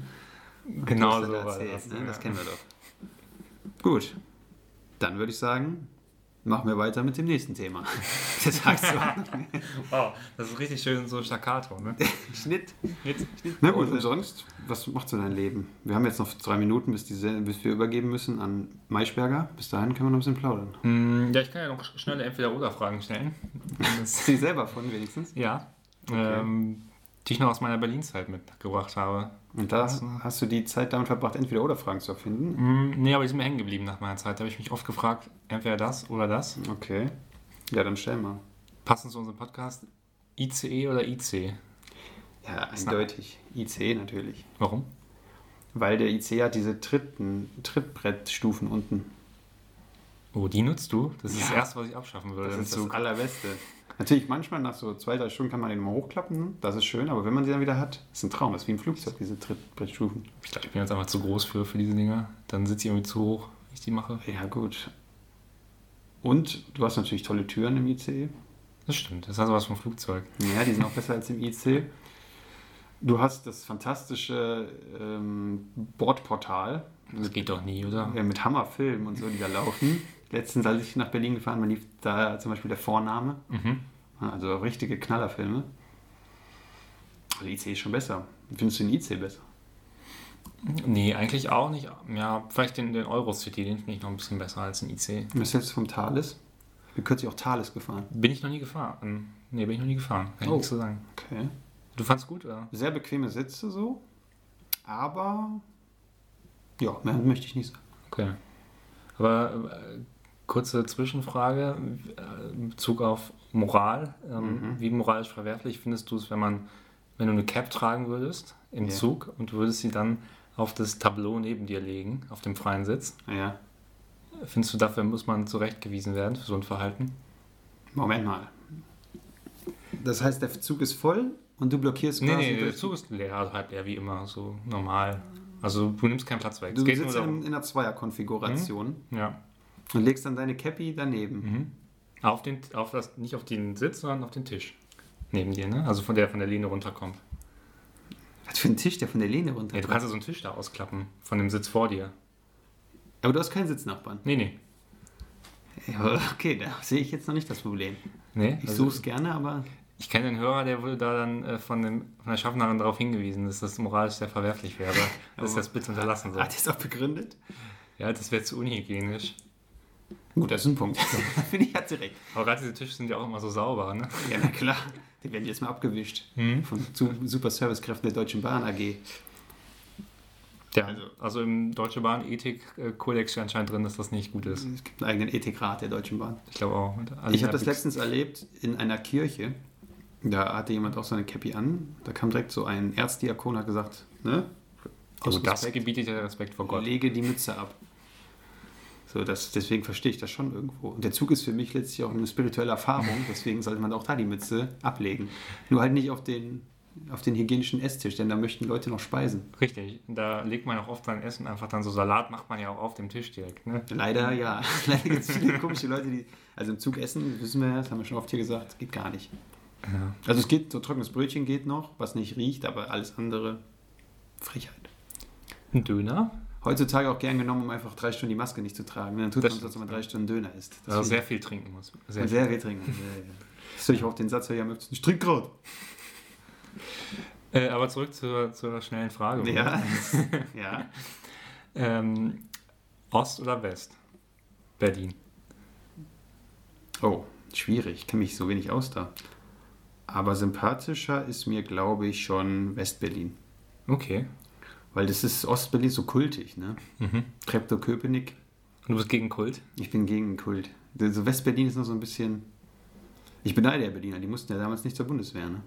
Speaker 2: Genau
Speaker 1: du
Speaker 2: so
Speaker 1: hast
Speaker 2: war
Speaker 1: erzählt,
Speaker 2: das,
Speaker 1: Ne?
Speaker 2: ja.
Speaker 1: Das kennen wir doch. Gut, dann würde ich sagen, machen wir weiter mit dem nächsten Thema. Das sagst du.
Speaker 2: Wow, das ist richtig schön so Staccato, ne?
Speaker 1: Schnitt.
Speaker 2: Jetzt,
Speaker 1: Na gut, und sonst, was macht so dein Leben? Wir haben jetzt noch zwei Minuten, bis, die, Se- bis wir übergeben müssen an Maischberger. Bis dahin können wir noch ein bisschen plaudern.
Speaker 2: Mm, ja, ich kann ja noch schnelle Entweder-Oder-Fragen stellen.
Speaker 1: Das Sie selber von wenigstens.
Speaker 2: ja. Ähm, die ich noch aus meiner Berlin-Zeit mitgebracht habe.
Speaker 1: Und da hast du die Zeit damit verbracht, entweder oder Fragen zu erfinden.
Speaker 2: Mm, nee, aber die sind mir hängen geblieben nach meiner Zeit. Da habe ich mich oft gefragt, entweder das oder das.
Speaker 1: Okay. Ja, dann stell mal.
Speaker 2: Passend zu unserem Podcast, ICE oder IC?
Speaker 1: Ja, eindeutig. IC natürlich.
Speaker 2: Warum?
Speaker 1: Weil der IC hat diese Tritten, Trittbrettstufen unten.
Speaker 2: Oh, die nutzt du? Das ist das
Speaker 1: Ja.
Speaker 2: Erste, was ich abschaffen würde.
Speaker 1: Das
Speaker 2: im
Speaker 1: ist das
Speaker 2: Zug.
Speaker 1: Allerbeste. Natürlich, manchmal nach so zwei, drei Stunden kann man den mal hochklappen. Das ist schön, aber wenn man sie dann wieder hat, ist ein Traum. Das ist wie ein Flugzeug, diese Trittbrettstufen.
Speaker 2: Ich glaube, ich bin jetzt einfach zu groß für, für diese Dinger. Dann sitze ich irgendwie zu hoch, wenn ich die mache.
Speaker 1: Ja, gut. Und du hast natürlich tolle Türen im ICE.
Speaker 2: Das stimmt. Das hat sowas vom Flugzeug.
Speaker 1: Ja, die sind auch besser als im IC. Du hast das fantastische ähm, Bordportal
Speaker 2: Das geht doch nie, oder?
Speaker 1: äh, mit Hammerfilmen und so, die da laufen. Letztens, als ich nach Berlin gefahren bin, lief da zum Beispiel der Vorname.
Speaker 2: Mhm.
Speaker 1: Also richtige Knallerfilme. Also IC ist schon besser. Findest du den IC besser?
Speaker 2: Nee, eigentlich auch nicht. Ja, vielleicht den, den Eurocity, den finde ich noch ein bisschen besser als den IC.
Speaker 1: Du bist jetzt vom Thales. Ich bin kürzlich auch Thales gefahren.
Speaker 2: Bin ich noch nie gefahren. Ähm, Nee, bin ich noch nie gefahren. Kann ich
Speaker 1: Oh.
Speaker 2: nichts zu sagen.
Speaker 1: Okay.
Speaker 2: Du fandst gut, oder?
Speaker 1: Sehr bequeme Sitze so. Aber ja, mehr möchte ich nicht sagen.
Speaker 2: Okay. Aber äh, kurze Zwischenfrage äh, in Bezug auf Moral.
Speaker 1: Mhm.
Speaker 2: Ähm, Wie moralisch verwerflich findest du es, wenn man, wenn du eine Cap tragen würdest im
Speaker 1: Ja.
Speaker 2: Zug und du würdest sie dann auf das Tableau neben dir legen, auf dem freien Sitz?
Speaker 1: Ja.
Speaker 2: Findest du, dafür muss man zurechtgewiesen werden für so ein Verhalten?
Speaker 1: Moment mal. Das heißt, der Zug ist voll und du blockierst
Speaker 2: Nee,
Speaker 1: quasi
Speaker 2: nee, der
Speaker 1: durch-
Speaker 2: Zug ist leer, also halb leer wie immer, so normal. Also du nimmst keinen Platz weg.
Speaker 1: Du
Speaker 2: es geht nur
Speaker 1: sitzt in,
Speaker 2: darum. Mhm.
Speaker 1: in einer Zweierkonfiguration
Speaker 2: Ja. Ah,
Speaker 1: und legst dann deine Cappy daneben.
Speaker 2: Mhm. Auf den, auf das, nicht auf den Sitz, sondern auf den Tisch. Neben dir, ne? Also von der von der Lehne runterkommt.
Speaker 1: Was für ein Tisch, der von der Lehne runter.
Speaker 2: Ja, du kannst ja so einen Tisch da ausklappen, von dem Sitz vor dir.
Speaker 1: Aber du hast keinen Sitznachbarn.
Speaker 2: Nee, nee.
Speaker 1: Ja, okay, da sehe ich jetzt noch nicht das Problem.
Speaker 2: nee
Speaker 1: Ich
Speaker 2: also,
Speaker 1: suche es gerne, aber
Speaker 2: ich kenne einen Hörer, der wurde da dann äh, von, dem, von der Schaffnerin darauf hingewiesen, dass das moralisch sehr verwerflich wäre, dass das bitte unterlassen soll.
Speaker 1: hat es auch begründet.
Speaker 2: Ja, das wäre zu unhygienisch.
Speaker 1: Gut, das ist ein Punkt. Finde ich, hat sie recht.
Speaker 2: Aber gerade diese Tische sind ja auch immer so sauber, ne?
Speaker 1: Ja, na klar. Die werden jetzt mal abgewischt.
Speaker 2: Hm?
Speaker 1: Von zu super Servicekräften der Deutschen Bahn AG.
Speaker 2: Ja, also,
Speaker 1: Also-
Speaker 2: im Deutsche Bahn Ethik-Kodex steht anscheinend drin, dass das nicht gut ist.
Speaker 1: Es gibt einen eigenen Ethikrat der Deutschen Bahn.
Speaker 2: Ich glaube auch.
Speaker 1: Ich habe das letztens erlebt in einer Kirche. Da hatte jemand auch seine Cappy an. Da kam direkt so ein Erzdiakon, hat gesagt, ne?
Speaker 2: Also
Speaker 1: Aus
Speaker 2: das
Speaker 1: Respekt,
Speaker 2: gebietet ja Respekt vor Gott.
Speaker 1: lege die Mütze ab. So, das, deswegen verstehe ich das schon irgendwo. Und der Zug ist für mich letztlich auch eine spirituelle Erfahrung, deswegen sollte man auch da die Mütze ablegen. Nur halt nicht auf den, auf den hygienischen Esstisch, denn da möchten Leute noch speisen.
Speaker 2: Richtig, da legt man auch oft sein Essen einfach dann so Salat, macht man ja auch auf dem Tisch direkt. Ne?
Speaker 1: Leider ja. Leider gibt es viele komische Leute, die. Also im Zug essen, wissen wir ja, das haben wir schon oft hier gesagt, geht gar nicht.
Speaker 2: Ja.
Speaker 1: Also es geht, so trockenes Brötchen geht noch, was nicht riecht, aber alles andere Frechheit.
Speaker 2: Ein Döner?
Speaker 1: Heutzutage auch gern genommen, um einfach drei Stunden die Maske nicht zu tragen. ne? Dann tut
Speaker 2: Das
Speaker 1: man so, als
Speaker 2: stimmt.
Speaker 1: wenn man drei Stunden Döner isst.
Speaker 2: Also
Speaker 1: Deswegen-
Speaker 2: sehr viel trinken muss. Sehr
Speaker 1: und
Speaker 2: viel.
Speaker 1: sehr viel trinken. Ja, ja. Das höre ich auch den Satz, höre ich am öftesten. Strickkraut.
Speaker 2: Äh, aber zurück zur, zur schnellen Frage.
Speaker 1: Ja. ja.
Speaker 2: Ähm, Ost oder West? Berlin.
Speaker 1: Oh, schwierig. Ich kenne mich so wenig aus da. Aber sympathischer ist mir, glaube ich, schon Westberlin.
Speaker 2: Okay.
Speaker 1: Weil das ist Ostberlin so kultig, ne?
Speaker 2: Mhm.
Speaker 1: Treptow-Köpenick.
Speaker 2: Und du bist gegen Kult?
Speaker 1: Ich bin gegen den Kult. Also Westberlin ist noch so ein bisschen. Ich beneide ja Berliner, die mussten ja damals nicht zur Bundeswehr, ne?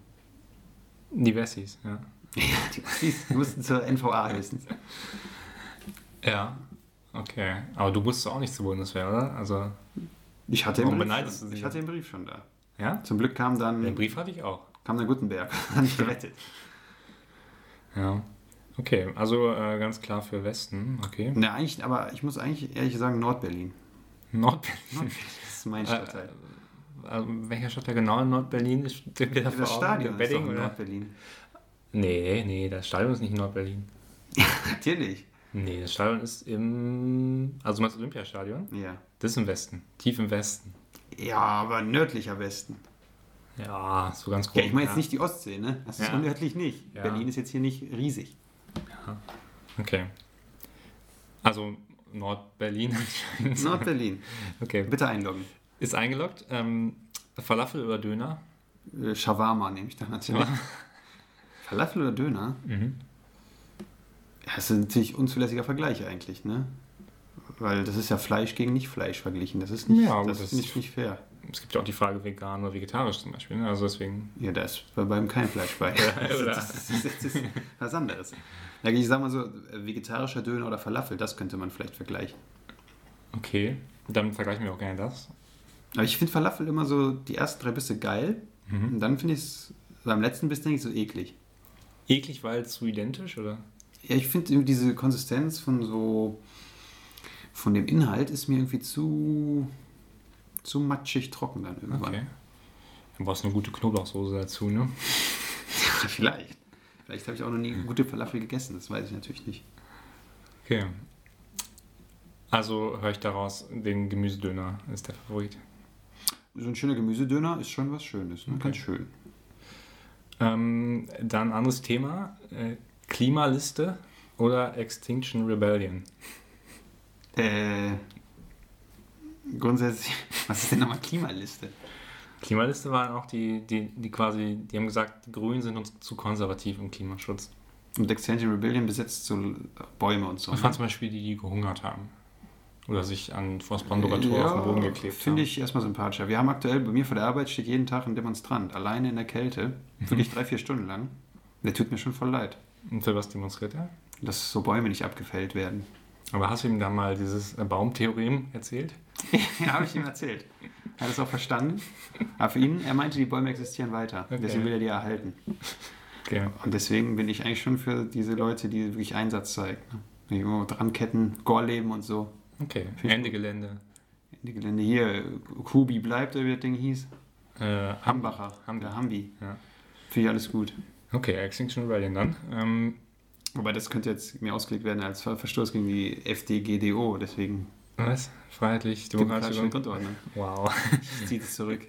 Speaker 2: Die Wessis, ja.
Speaker 1: Ja, die, die mussten zur NVA höchstens.
Speaker 2: Ja. Okay. Aber du musst auch nicht zur Bundeswehr, oder? Also,
Speaker 1: Ich hatte
Speaker 2: Warum
Speaker 1: den Brief,
Speaker 2: beneidest du
Speaker 1: schon,
Speaker 2: sie
Speaker 1: ich
Speaker 2: denn?
Speaker 1: hatte den Brief schon da.
Speaker 2: ja?
Speaker 1: Zum Glück kam
Speaker 2: Den
Speaker 1: dann,
Speaker 2: Brief hatte ich auch.
Speaker 1: kam dann Gutenberg. Hat mich gerettet.
Speaker 2: Ja. Okay, also äh, ganz klar für Westen. Okay.
Speaker 1: Na, eigentlich, aber ich muss eigentlich ehrlich sagen, Nordberlin.
Speaker 2: Nordberlin.
Speaker 1: Nordberlin das ist
Speaker 2: Äh,
Speaker 1: mein Stadtteil.
Speaker 2: Also, welcher Stadt da genau in Nordberlin ist? Steht mir da vor
Speaker 1: das
Speaker 2: Augen?
Speaker 1: Stadion ist doch
Speaker 2: Wedding
Speaker 1: in
Speaker 2: oder?
Speaker 1: Nordberlin.
Speaker 2: Nee, nee, das Stadion ist nicht in Nordberlin.
Speaker 1: Natürlich.
Speaker 2: Nee, das Stadion ist im. Also, du meinst Olympiastadion?
Speaker 1: Ja.
Speaker 2: Das ist im Westen. Tief im Westen.
Speaker 1: Ja, aber nördlicher Westen.
Speaker 2: Ja, so ganz grob.
Speaker 1: Ja, ich meine
Speaker 2: ja.
Speaker 1: jetzt nicht die Ostsee, ne? Das ist
Speaker 2: Ja.
Speaker 1: schon nördlich nicht.
Speaker 2: Ja.
Speaker 1: Berlin ist jetzt hier nicht riesig.
Speaker 2: Okay. Also, Nordberlin anscheinend.
Speaker 1: Nordberlin.
Speaker 2: Okay.
Speaker 1: Bitte einloggen.
Speaker 2: Ist eingeloggt. Ähm, Falafel oder Döner?
Speaker 1: Äh, Shawarma nehme ich dann natürlich. Falafel oder Döner?
Speaker 2: Mhm.
Speaker 1: Ja, Das ist natürlich ein unzulässiger Vergleich eigentlich, ne? Weil das ist ja Fleisch gegen Nicht-Fleisch verglichen. Das ist nicht,
Speaker 2: Ja, aber
Speaker 1: das
Speaker 2: das-
Speaker 1: ist nicht, nicht fair.
Speaker 2: Es gibt ja auch die Frage vegan oder vegetarisch zum Beispiel. Ne? Also, deswegen.
Speaker 1: Ja, da ist bei beim kein Fleisch bei.
Speaker 2: oder?
Speaker 1: Das, ist, das, ist, das ist was anderes. Na, Ich sag mal so, äh, vegetarischer Döner oder Falafel, das könnte man vielleicht vergleichen.
Speaker 2: Okay. Dann vergleichen wir auch gerne das.
Speaker 1: Aber ich finde Falafel immer so, die ersten drei Bisse geil. Und dann finde ich es, beim letzten Biss denke ich so eklig.
Speaker 2: Eklig, weil zu identisch, oder?
Speaker 1: Ja, ich finde irgendwie diese Konsistenz von so, von dem Inhalt ist mir irgendwie zu, zu matschig trocken dann irgendwann.
Speaker 2: Okay. Dann brauchst du eine gute Knoblauchsoße dazu, ne?
Speaker 1: Vielleicht. Vielleicht habe ich auch noch nie gute Falafel gegessen, das weiß ich natürlich nicht.
Speaker 2: Okay. Also höre ich daraus, den Gemüsedöner ist der Favorit.
Speaker 1: So ein schöner Gemüsedöner ist schon was Schönes, ne? ganz schön.
Speaker 2: Ähm, dann anderes Thema: äh, Klimaliste oder Extinction Rebellion?
Speaker 1: Äh, grundsätzlich, was ist denn nochmal Klimaliste?
Speaker 2: Klimaliste waren auch die, die, die quasi, die haben gesagt, die Grünen sind uns zu konservativ im Klimaschutz.
Speaker 1: Und Extension Rebellion besetzt so Bäume und so. ne?
Speaker 2: Das waren zum Beispiel die, die gehungert haben. Oder sich an vor das Brandorator auf den Boden geklebt
Speaker 1: Finde
Speaker 2: haben.
Speaker 1: ich erstmal sympathischer. Wir haben aktuell bei mir vor der Arbeit steht jeden Tag ein Demonstrant, alleine in der Kälte,
Speaker 2: Mhm.
Speaker 1: wirklich drei, vier Stunden lang. Der tut mir schon voll leid,
Speaker 2: Und für was demonstriert er?
Speaker 1: dass so Bäume nicht abgefällt werden.
Speaker 2: Aber hast du ihm da mal dieses äh, Baumtheorem erzählt?
Speaker 1: ja, habe ich ihm erzählt. Hat es auch verstanden. Aber für ihn, er meinte, die Bäume existieren weiter.
Speaker 2: Okay.
Speaker 1: Deswegen will er die erhalten.
Speaker 2: Okay.
Speaker 1: Und deswegen bin ich eigentlich schon für diese Leute, die wirklich Einsatz zeigen. Ne? Die immer dran ketten, Gorleben und so.
Speaker 2: okay. Ende Gelände.
Speaker 1: Die Gelände hier, äh, Kubi bleibt, oder wie das Ding hieß.
Speaker 2: Äh,
Speaker 1: Hambacher,
Speaker 2: Hambi.
Speaker 1: der Hambi.
Speaker 2: Ja.
Speaker 1: Finde ich alles gut.
Speaker 2: Okay, Extinction Rebellion dann. Ähm,
Speaker 1: Wobei das könnte jetzt mir ausgelegt werden als Ver- Verstoß gegen die FDGDO, deswegen
Speaker 2: was? Freiheitlich, demokratisch.
Speaker 1: demokratische Grundordnung.
Speaker 2: Wow.
Speaker 1: Ich ziehe das zurück.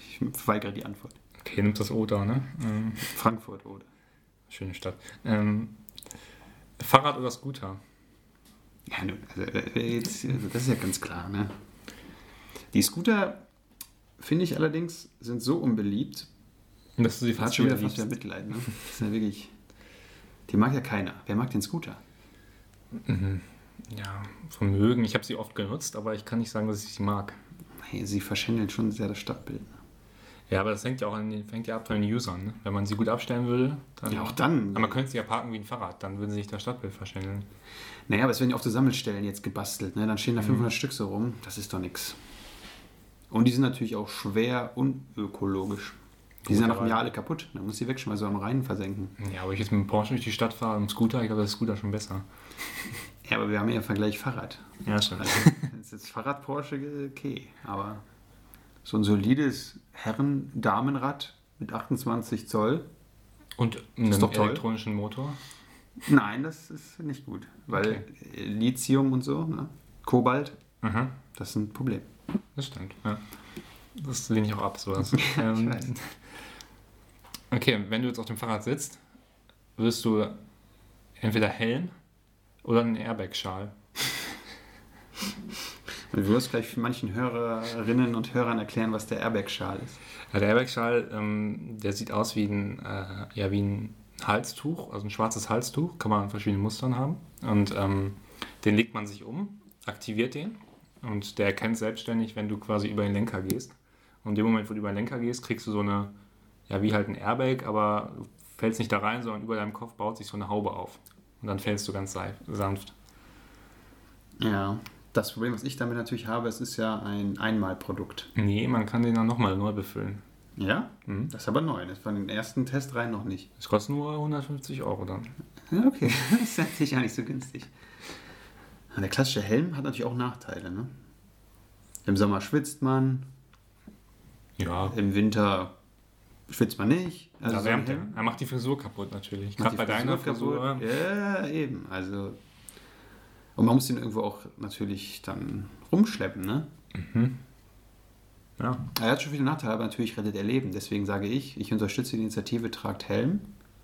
Speaker 1: Ich verweigere die Antwort.
Speaker 2: Okay, nimmt das Oder, ne? Ähm,
Speaker 1: Frankfurt, oder?
Speaker 2: schöne Stadt. Ähm, Fahrrad oder Scooter?
Speaker 1: Ja, nun, also, äh, jetzt, also das ist ja ganz klar, ne? Die Scooter, finde ich allerdings, sind so unbeliebt.
Speaker 2: Und Dass du sie
Speaker 1: Da hat
Speaker 2: fast
Speaker 1: schon
Speaker 2: schon
Speaker 1: wieder fast wieder
Speaker 2: liebst.
Speaker 1: Mitleid, ne? Das ist ja wirklich. Die mag ja keiner. Wer mag den Scooter?
Speaker 2: Mhm. Ja, Vermögen. Ich habe sie oft genutzt, aber ich kann nicht sagen, dass ich sie mag.
Speaker 1: Hey, sie verschändeln schon sehr das Stadtbild. ne?
Speaker 2: Ja, aber das hängt ja auch an, den- fängt ja ab von den Usern. Ne? Wenn man sie gut abstellen würde, dann.
Speaker 1: Ja, auch dann.
Speaker 2: Aber man könnte sie ja parken wie ein Fahrrad, dann würden sie sich das Stadtbild verschändeln.
Speaker 1: Naja, aber es werden ja auch so Sammelstellen jetzt gebastelt, ne? Dann stehen da 500 Stück so rum. Das ist doch nix. Und die sind natürlich auch schwer unökologisch. Die sind ja nach einem Jahr alle kaputt. Dann muss die wegschmeißen, so am Rhein versenken.
Speaker 2: Ja, aber ich jetzt mit dem Porsche durch die Stadt fahre, mit dem Scooter, ich glaube, das ist Scooter schon besser.
Speaker 1: Ja, aber wir haben ja im Vergleich Fahrrad.
Speaker 2: Ja, stimmt.
Speaker 1: Also, wenn es jetzt Fahrrad Porsche, äh, okay. Aber so ein solides Herren-Damenrad mit 28 Zoll.
Speaker 2: Und einen
Speaker 1: doch toll.
Speaker 2: elektronischen Motor.
Speaker 1: Nein, das ist nicht gut. Weil äh, Lithium und so, ne? Kobalt,
Speaker 2: Aha.
Speaker 1: das ist ein Problem.
Speaker 2: Das stimmt, Mhm. ja. Das lehne ich auch ab, sowas. ähm,
Speaker 1: weiß.
Speaker 2: okay, wenn du jetzt auf dem Fahrrad sitzt, wirst du entweder Helm oder einen Airbag-Schal.
Speaker 1: Und du wirst gleich manchen Hörerinnen und Hörern erklären, was der Airbag-Schal ist.
Speaker 2: Ja, der Airbag-Schal, ähm, der sieht aus wie ein, äh, ja, wie ein Halstuch, also ein schwarzes Halstuch, kann man in verschiedenen Mustern haben. Und ähm, den legt man sich um, aktiviert den und der erkennt selbstständig, wenn du quasi über den Lenker gehst. Und in dem Moment, wo du über den Lenker gehst, kriegst du so eine, ja, wie halt ein Airbag, aber du fällst nicht da rein, sondern über deinem Kopf baut sich so eine Haube auf. Und dann fällst du ganz sei- sanft.
Speaker 1: Ja. Das Problem, was ich damit natürlich habe, es ist ja ein Einmalprodukt.
Speaker 2: Nee, man kann den dann nochmal neu befüllen.
Speaker 1: Ja?
Speaker 2: Mhm.
Speaker 1: Das ist aber neu. Das war in den ersten Testreihen noch nicht.
Speaker 2: Das kostet nur 150 Euro dann.
Speaker 1: Ja, okay. Das ist natürlich auch nicht so günstig. Ja, Der klassische Helm hat natürlich auch Nachteile, ne? Im Sommer schwitzt man,
Speaker 2: Ja,
Speaker 1: im Winter schwitzt man nicht. Also
Speaker 2: da
Speaker 1: so
Speaker 2: wärmt
Speaker 1: ein
Speaker 2: er.
Speaker 1: Hemd
Speaker 2: Er macht die Frisur kaputt natürlich.
Speaker 1: macht
Speaker 2: Gerade bei
Speaker 1: die
Speaker 2: deiner Frisur.
Speaker 1: kaputt. Ja, eben. Also. Und man muss den irgendwo auch natürlich dann rumschleppen, ne?
Speaker 2: Ja.
Speaker 1: Er hat schon viele Nachteile, aber natürlich rettet er Leben. Deswegen sage ich, ich unterstütze die Initiative Tragt Helm.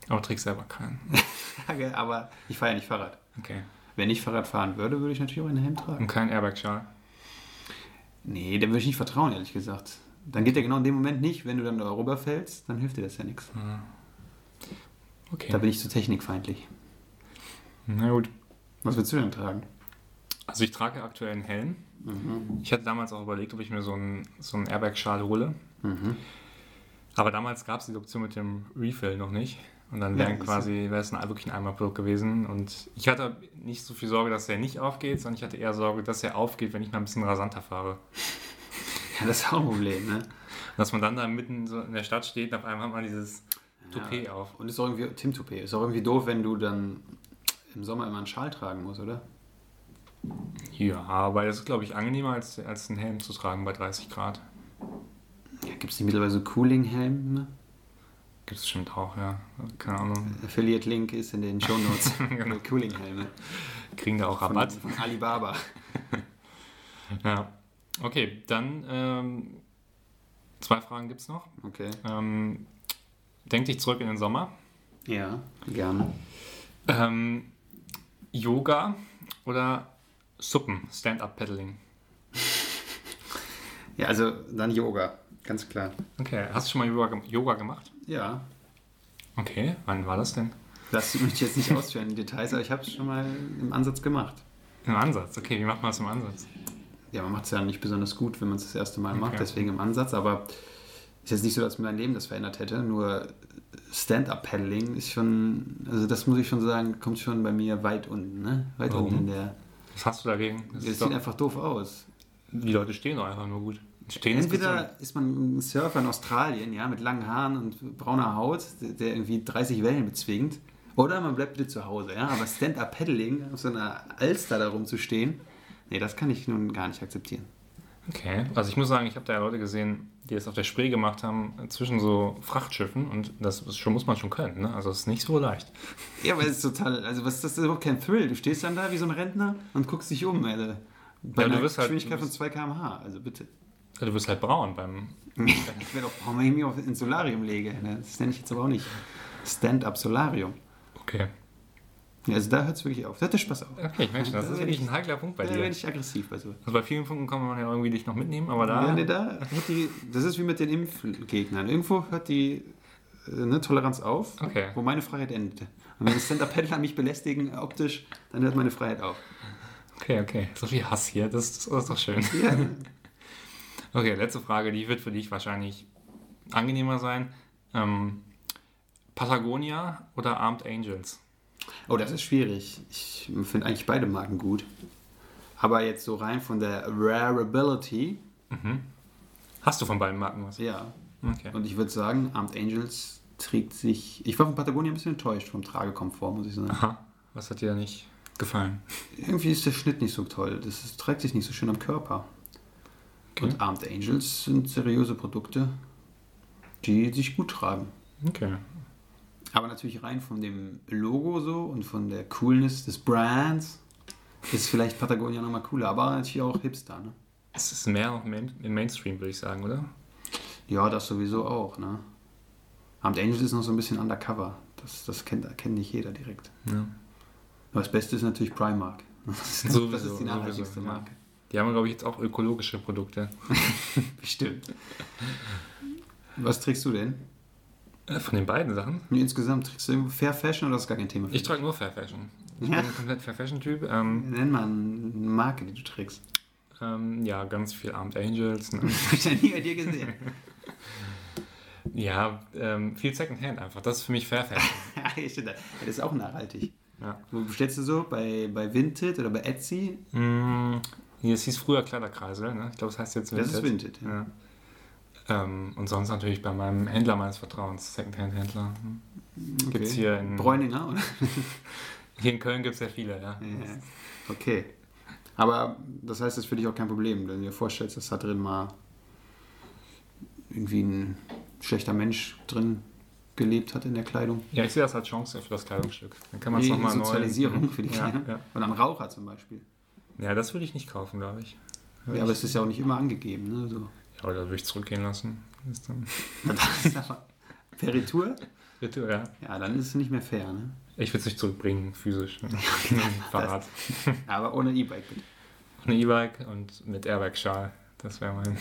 Speaker 2: Aber trägst selber keinen.
Speaker 1: Frage, aber ich fahre ja nicht Fahrrad.
Speaker 2: Okay.
Speaker 1: Wenn ich Fahrrad fahren würde, würde ich natürlich auch einen Helm tragen.
Speaker 2: Und kein Airbag-Schal.
Speaker 1: Nee, dem würde ich nicht vertrauen, ehrlich gesagt. Dann geht er genau in dem Moment nicht, wenn du dann da rüberfällst, dann hilft dir das ja nichts.
Speaker 2: Okay.
Speaker 1: Da bin ich zu technikfeindlich.
Speaker 2: Na gut.
Speaker 1: Was willst du denn tragen?
Speaker 2: Also ich trage aktuell einen Helm. Ich hatte damals auch überlegt, ob ich mir so einen, so einen Airbag-Schal hole.
Speaker 1: Mhm.
Speaker 2: Aber damals gab es die Option mit dem Refill noch nicht. Und dann
Speaker 1: Ja,
Speaker 2: wäre
Speaker 1: siehst du.
Speaker 2: quasi, wäre es ein, wirklich ein Einmalprodukt gewesen. Und ich hatte nicht so viel Sorge, dass er nicht aufgeht, sondern ich hatte eher Sorge, dass er aufgeht, wenn ich mal ein bisschen rasanter fahre.
Speaker 1: Ja, das ist auch ein Problem, ne?
Speaker 2: Dass man dann da mitten so in der Stadt steht und auf einmal hat man dieses Toupet
Speaker 1: Ja.
Speaker 2: auf.
Speaker 1: Und ist auch irgendwie, Tim Toupet, ist auch irgendwie doof, wenn du dann im Sommer immer einen Schal tragen musst, oder?
Speaker 2: Ja, aber das ist, glaube ich, angenehmer, als, als einen Helm zu tragen bei 30 Grad.
Speaker 1: Ja, gibt es nicht mittlerweile so Cooling-Helme?
Speaker 2: Gibt es bestimmt auch, ja. Keine Ahnung.
Speaker 1: Affiliate-Link ist in den Shownotes.
Speaker 2: Genau.
Speaker 1: Cooling-Helme.
Speaker 2: Kriegen da auch
Speaker 1: Von,
Speaker 2: Rabatt.
Speaker 1: von Alibaba.
Speaker 2: Ja. Okay, dann ähm, zwei Fragen gibt es noch.
Speaker 1: Okay.
Speaker 2: Ähm, denk dich zurück in den Sommer.
Speaker 1: Ja, gerne.
Speaker 2: Ähm, Yoga oder Suppen, Stand-Up-Paddling.
Speaker 1: Ja, also dann Yoga, ganz klar.
Speaker 2: Okay, hast du schon mal Yoga, gem- Yoga gemacht?
Speaker 1: Ja,
Speaker 2: Okay, wann war das denn?
Speaker 1: das möchte ich jetzt nicht ausführen in Details, aber ich habe es schon mal im Ansatz gemacht.
Speaker 2: Im Ansatz. Okay, wie macht man das im Ansatz?
Speaker 1: Ja, man macht es ja nicht besonders gut, wenn man es das erste Mal macht,
Speaker 2: Okay.
Speaker 1: deswegen im Ansatz, aber ist jetzt nicht so, dass mein Leben das verändert hätte, nur Stand-Up-Paddling ist schon, also das muss ich schon sagen, kommt schon bei mir weit unten, ne? Weit
Speaker 2: Warum?
Speaker 1: unten in der.
Speaker 2: Was hast du dagegen? Das
Speaker 1: Das
Speaker 2: ist
Speaker 1: sieht
Speaker 2: doch,
Speaker 1: einfach doof aus.
Speaker 2: die Leute stehen doch einfach nur gut. Stehen ist gesund.
Speaker 1: Entweder ist man ein Surfer in Australien, ja, mit langen Haaren und brauner Haut, der irgendwie 30 Wellen bezwingt. Oder man bleibt bitte zu Hause, ja. Aber Stand-Up-Paddling, auf so einer Alster da rumzustehen, nee, das kann ich nun gar nicht akzeptieren.
Speaker 2: Okay, also ich muss sagen, ich habe da ja Leute gesehen, die das auf der Spree gemacht haben, äh, zwischen so Frachtschiffen und das ist schon, muss man schon können. Ne? Also es ist nicht so leicht.
Speaker 1: Ja, aber es ist total, also was, das ist überhaupt kein Thrill. Du stehst dann da wie so ein Rentner und guckst dich um, Alter. Bei
Speaker 2: Ja, du
Speaker 1: einer
Speaker 2: wirst halt-
Speaker 1: Geschwindigkeit
Speaker 2: du wirst-
Speaker 1: von 2 km/h, also bitte.
Speaker 2: Du wirst halt braun beim.
Speaker 1: Ich werde auch, warum ich mich auf ins Solarium lege, ne? das nenne ich jetzt aber auch nicht Stand-Up-Solarium.
Speaker 2: Okay.
Speaker 1: Ja, also da hört es wirklich auf. Da hört der Spaß auf.
Speaker 2: Okay, ich merke schon, das
Speaker 1: Da
Speaker 2: ist
Speaker 1: werd
Speaker 2: wirklich
Speaker 1: ich-
Speaker 2: ein heikler Punkt bei
Speaker 1: Da werde
Speaker 2: dir.
Speaker 1: ich aggressiv bei sowas.
Speaker 2: Also bei vielen Punkten kann man ja irgendwie dich noch mitnehmen, aber da.
Speaker 1: Ja, nee, da hört die, das ist wie mit den Impfgegnern. Irgendwo hört die äh, ne, Toleranz auf,
Speaker 2: Okay.
Speaker 1: wo meine Freiheit endet. Und wenn Stand-Up-Paddler mich belästigen äh, optisch, dann hört meine Freiheit auf.
Speaker 2: Okay, okay. So viel Hass hier, das, das ist doch schön.
Speaker 1: Ja,
Speaker 2: Okay, letzte Frage, die wird für dich wahrscheinlich angenehmer sein. Ähm, Patagonia oder Armed Angels?
Speaker 1: Oh, das ist schwierig. Ich finde eigentlich beide Marken gut. Aber jetzt so rein von der Rarability,
Speaker 2: Hast du von beiden Marken was?
Speaker 1: ja.
Speaker 2: Okay.
Speaker 1: Und ich würde sagen, Armed Angels trägt sich. Ich war von Patagonia ein bisschen enttäuscht vom Tragekomfort, muss ich sagen.
Speaker 2: Aha. Was hat dir da nicht gefallen?
Speaker 1: Irgendwie ist der Schnitt nicht so toll. Das ist, trägt sich nicht so schön am Körper.
Speaker 2: Okay.
Speaker 1: Und Armed Angels sind seriöse Produkte, die sich gut tragen.
Speaker 2: Okay.
Speaker 1: Aber natürlich rein von dem Logo so und von der Coolness des Brands ist vielleicht Patagonia nochmal cooler, aber natürlich auch Hipster, ne?
Speaker 2: Es ist mehr noch Main im Mainstream, würde ich sagen, oder?
Speaker 1: Ja, das sowieso auch, ne? Armed Angels ist noch so ein bisschen undercover. Das, das kennt, kennt nicht jeder direkt.
Speaker 2: Ja.
Speaker 1: Aber das Beste ist natürlich Primark. Das ist, das
Speaker 2: Sowieso,
Speaker 1: ist die nachhaltigste
Speaker 2: sowieso, ja.
Speaker 1: Marke.
Speaker 2: Die haben, glaube ich, jetzt auch ökologische Produkte.
Speaker 1: Bestimmt. Was trägst du denn?
Speaker 2: Äh, Von den beiden Sachen?
Speaker 1: Nee, Insgesamt trägst du irgendwo Fair Fashion oder ist gar kein Thema? für
Speaker 2: Ich
Speaker 1: dich?
Speaker 2: trage nur Fair Fashion. Ich
Speaker 1: Ja.
Speaker 2: bin ein komplett Fair Fashion-Typ. Ähm,
Speaker 1: Nenn mal eine Marke, die du trägst.
Speaker 2: ähm, ja, ganz viel Armed Angels. Ne?
Speaker 1: Hab ich ja nie bei dir gesehen.
Speaker 2: Ja, ähm, viel Secondhand einfach. Das ist für mich Fair Fashion.
Speaker 1: Ja, hier steht da. Ja, das ist auch nachhaltig.
Speaker 2: Ja.
Speaker 1: Wo bestellst du so? Bei, bei Vinted oder bei Etsy?
Speaker 2: mm, nee, es hieß früher Kleiderkreisel, ne? Ich glaube, das heißt jetzt
Speaker 1: Das ist Vinted. Ja.
Speaker 2: Ja. Ähm, und sonst natürlich bei meinem Händler meines Vertrauens, Secondhand-Händler. Hm.
Speaker 1: Okay.
Speaker 2: Gibt's hier in-
Speaker 1: Bräuninger, oder?
Speaker 2: Hier in Köln gibt es ja viele,
Speaker 1: Ja,
Speaker 2: ja.
Speaker 1: Okay. Aber das heißt, das ist für dich auch kein Problem, wenn du dir vorstellst, dass da drin mal irgendwie ein schlechter Mensch drin gelebt hat in der Kleidung.
Speaker 2: Ja, ich sehe das als Chance für das Kleidungsstück. Dann kann man es
Speaker 1: Die
Speaker 2: nochmal neu...
Speaker 1: Sozialisierung für die
Speaker 2: ja,
Speaker 1: Kleidung.
Speaker 2: ja.
Speaker 1: Und an Raucher zum Beispiel.
Speaker 2: ja, das würde ich nicht kaufen, glaube ich.
Speaker 1: Ja, aber es ist ja auch nicht immer angegeben. Ne? So.
Speaker 2: Ja, oder würde ich zurückgehen lassen. Ist dann
Speaker 1: Das ist aber- Per Retour?
Speaker 2: Bitte, ja.
Speaker 1: Ja, dann ist es nicht mehr fair. Ne?
Speaker 2: Ich würde es nicht zurückbringen, physisch. Verrat.
Speaker 1: Aber ohne E-Bike bitte.
Speaker 2: Ohne E-Bike und mit Airbag-Schal. Das wäre mein...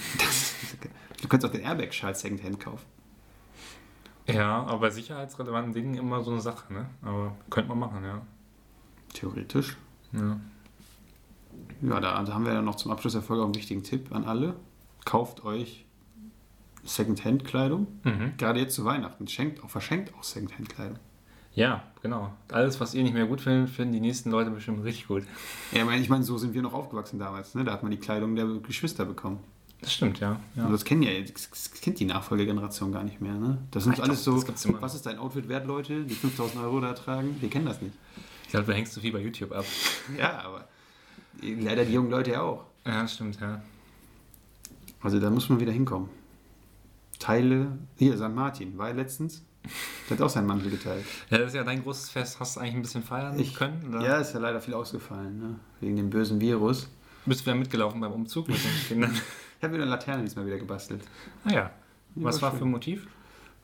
Speaker 1: Du kannst auch den Airbag-Schal Secondhand kaufen.
Speaker 2: Ja, aber bei sicherheitsrelevanten Dingen immer so eine Sache, ne? Aber könnte man machen, ja.
Speaker 1: Theoretisch.
Speaker 2: ja.
Speaker 1: Ja, da, da haben wir ja noch zum Abschluss der Folge auch einen wichtigen Tipp an alle. Kauft euch Secondhand-Kleidung.
Speaker 2: Mhm.
Speaker 1: Gerade jetzt zu Weihnachten. Schenkt auch, verschenkt auch Secondhand-Kleidung.
Speaker 2: Ja, genau. Alles, was ihr nicht mehr gut findet, finden die nächsten Leute bestimmt richtig gut.
Speaker 1: Ja, ich meine, ich meine, so sind wir noch aufgewachsen damals. Ne? Da hat man die Kleidung der Geschwister bekommen.
Speaker 2: Das stimmt, ja.
Speaker 1: Und
Speaker 2: ja.
Speaker 1: das kennen ja, das das kennt die Nachfolgegeneration gar nicht mehr. Ne? Das sind
Speaker 2: Ach,
Speaker 1: alles
Speaker 2: doch,
Speaker 1: so,
Speaker 2: das gibt's immer.
Speaker 1: was ist dein Outfit wert, Leute, die 5000 Euro da tragen? Wir kennen das nicht.
Speaker 2: Ich glaube, du hängst zu viel bei YouTube ab.
Speaker 1: Ja, aber leider die jungen Leute ja auch.
Speaker 2: Ja, das stimmt, ja.
Speaker 1: Also da muss man wieder hinkommen. Teile, hier, San Martin, war er letztens, der hat auch seinen Mantel geteilt.
Speaker 2: Ja, das ist ja dein großes Fest. Hast du eigentlich ein bisschen feiern
Speaker 1: Ich-
Speaker 2: können? Oder
Speaker 1: Ja, ist ja leider viel ausgefallen, ne? wegen dem bösen Virus.
Speaker 2: Bist du wieder mitgelaufen beim Umzug mit den Kindern?
Speaker 1: Ich habe wieder eine Laterne diesmal wieder gebastelt.
Speaker 2: ah ja. Was war
Speaker 1: schön.
Speaker 2: für ein Motiv?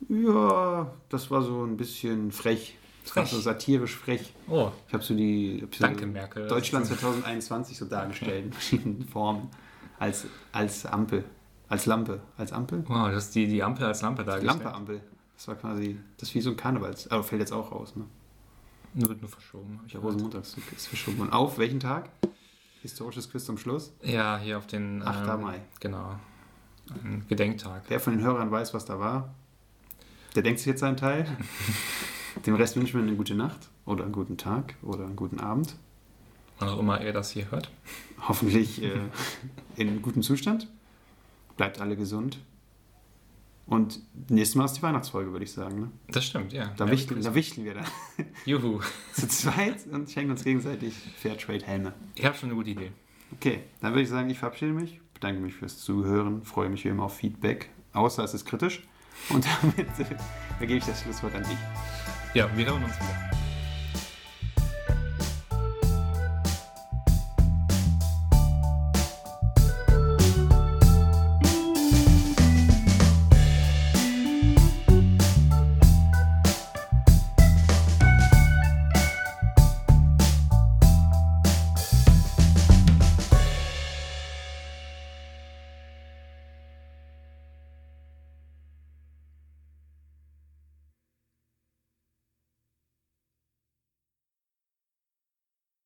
Speaker 1: Ja, das war so ein bisschen frech. Das war
Speaker 2: Frech.
Speaker 1: so satirisch frech.
Speaker 2: Oh,
Speaker 1: Ich habe so die hab so
Speaker 2: danke, Merkel.
Speaker 1: Deutschland 2021 so dargestellt in verschiedenen Formen. Als, als Ampel. Als Lampe. Als Ampel?
Speaker 2: Wow, das ist die, die Ampel als Lampe dargestellt.
Speaker 1: Lampe-Ampel. Das war quasi, das ist wie so ein Karnevals. Aber fällt jetzt auch raus, ne?
Speaker 2: Nur Wird nur verschoben. hab ich
Speaker 1: Der
Speaker 2: gehört.
Speaker 1: Rosenmontagszug ist verschoben. Und auf welchen Tag? Historisches Quiz zum Schluss.
Speaker 2: Ja, hier auf den...
Speaker 1: 8. Mai.
Speaker 2: Genau. Ein Gedenktag.
Speaker 1: Wer von den Hörern weiß, was da war, der denkt sich jetzt seinen Teil. Dem Rest wünschen wir eine gute Nacht oder einen guten Tag oder einen guten Abend.
Speaker 2: Wann auch immer ihr das hier hört.
Speaker 1: Hoffentlich äh, in gutem Zustand. Bleibt alle gesund. Und nächstes Mal ist die Weihnachtsfolge, würde ich sagen. Ne?
Speaker 2: Das stimmt, ja.
Speaker 1: Da,
Speaker 2: Merry
Speaker 1: wichteln, da wichteln wir dann
Speaker 2: Christmas. Juhu.
Speaker 1: zu zweit und schenken uns gegenseitig Fairtrade-Helme.
Speaker 2: Ich habe schon eine gute Idee.
Speaker 1: Okay, dann würde ich sagen, ich verabschiede mich, bedanke mich fürs Zuhören, freue mich wie immer auf Feedback, außer es ist kritisch. Und damit äh, übergebe ich das Schlusswort an dich.
Speaker 2: Ja, wir hören uns wieder.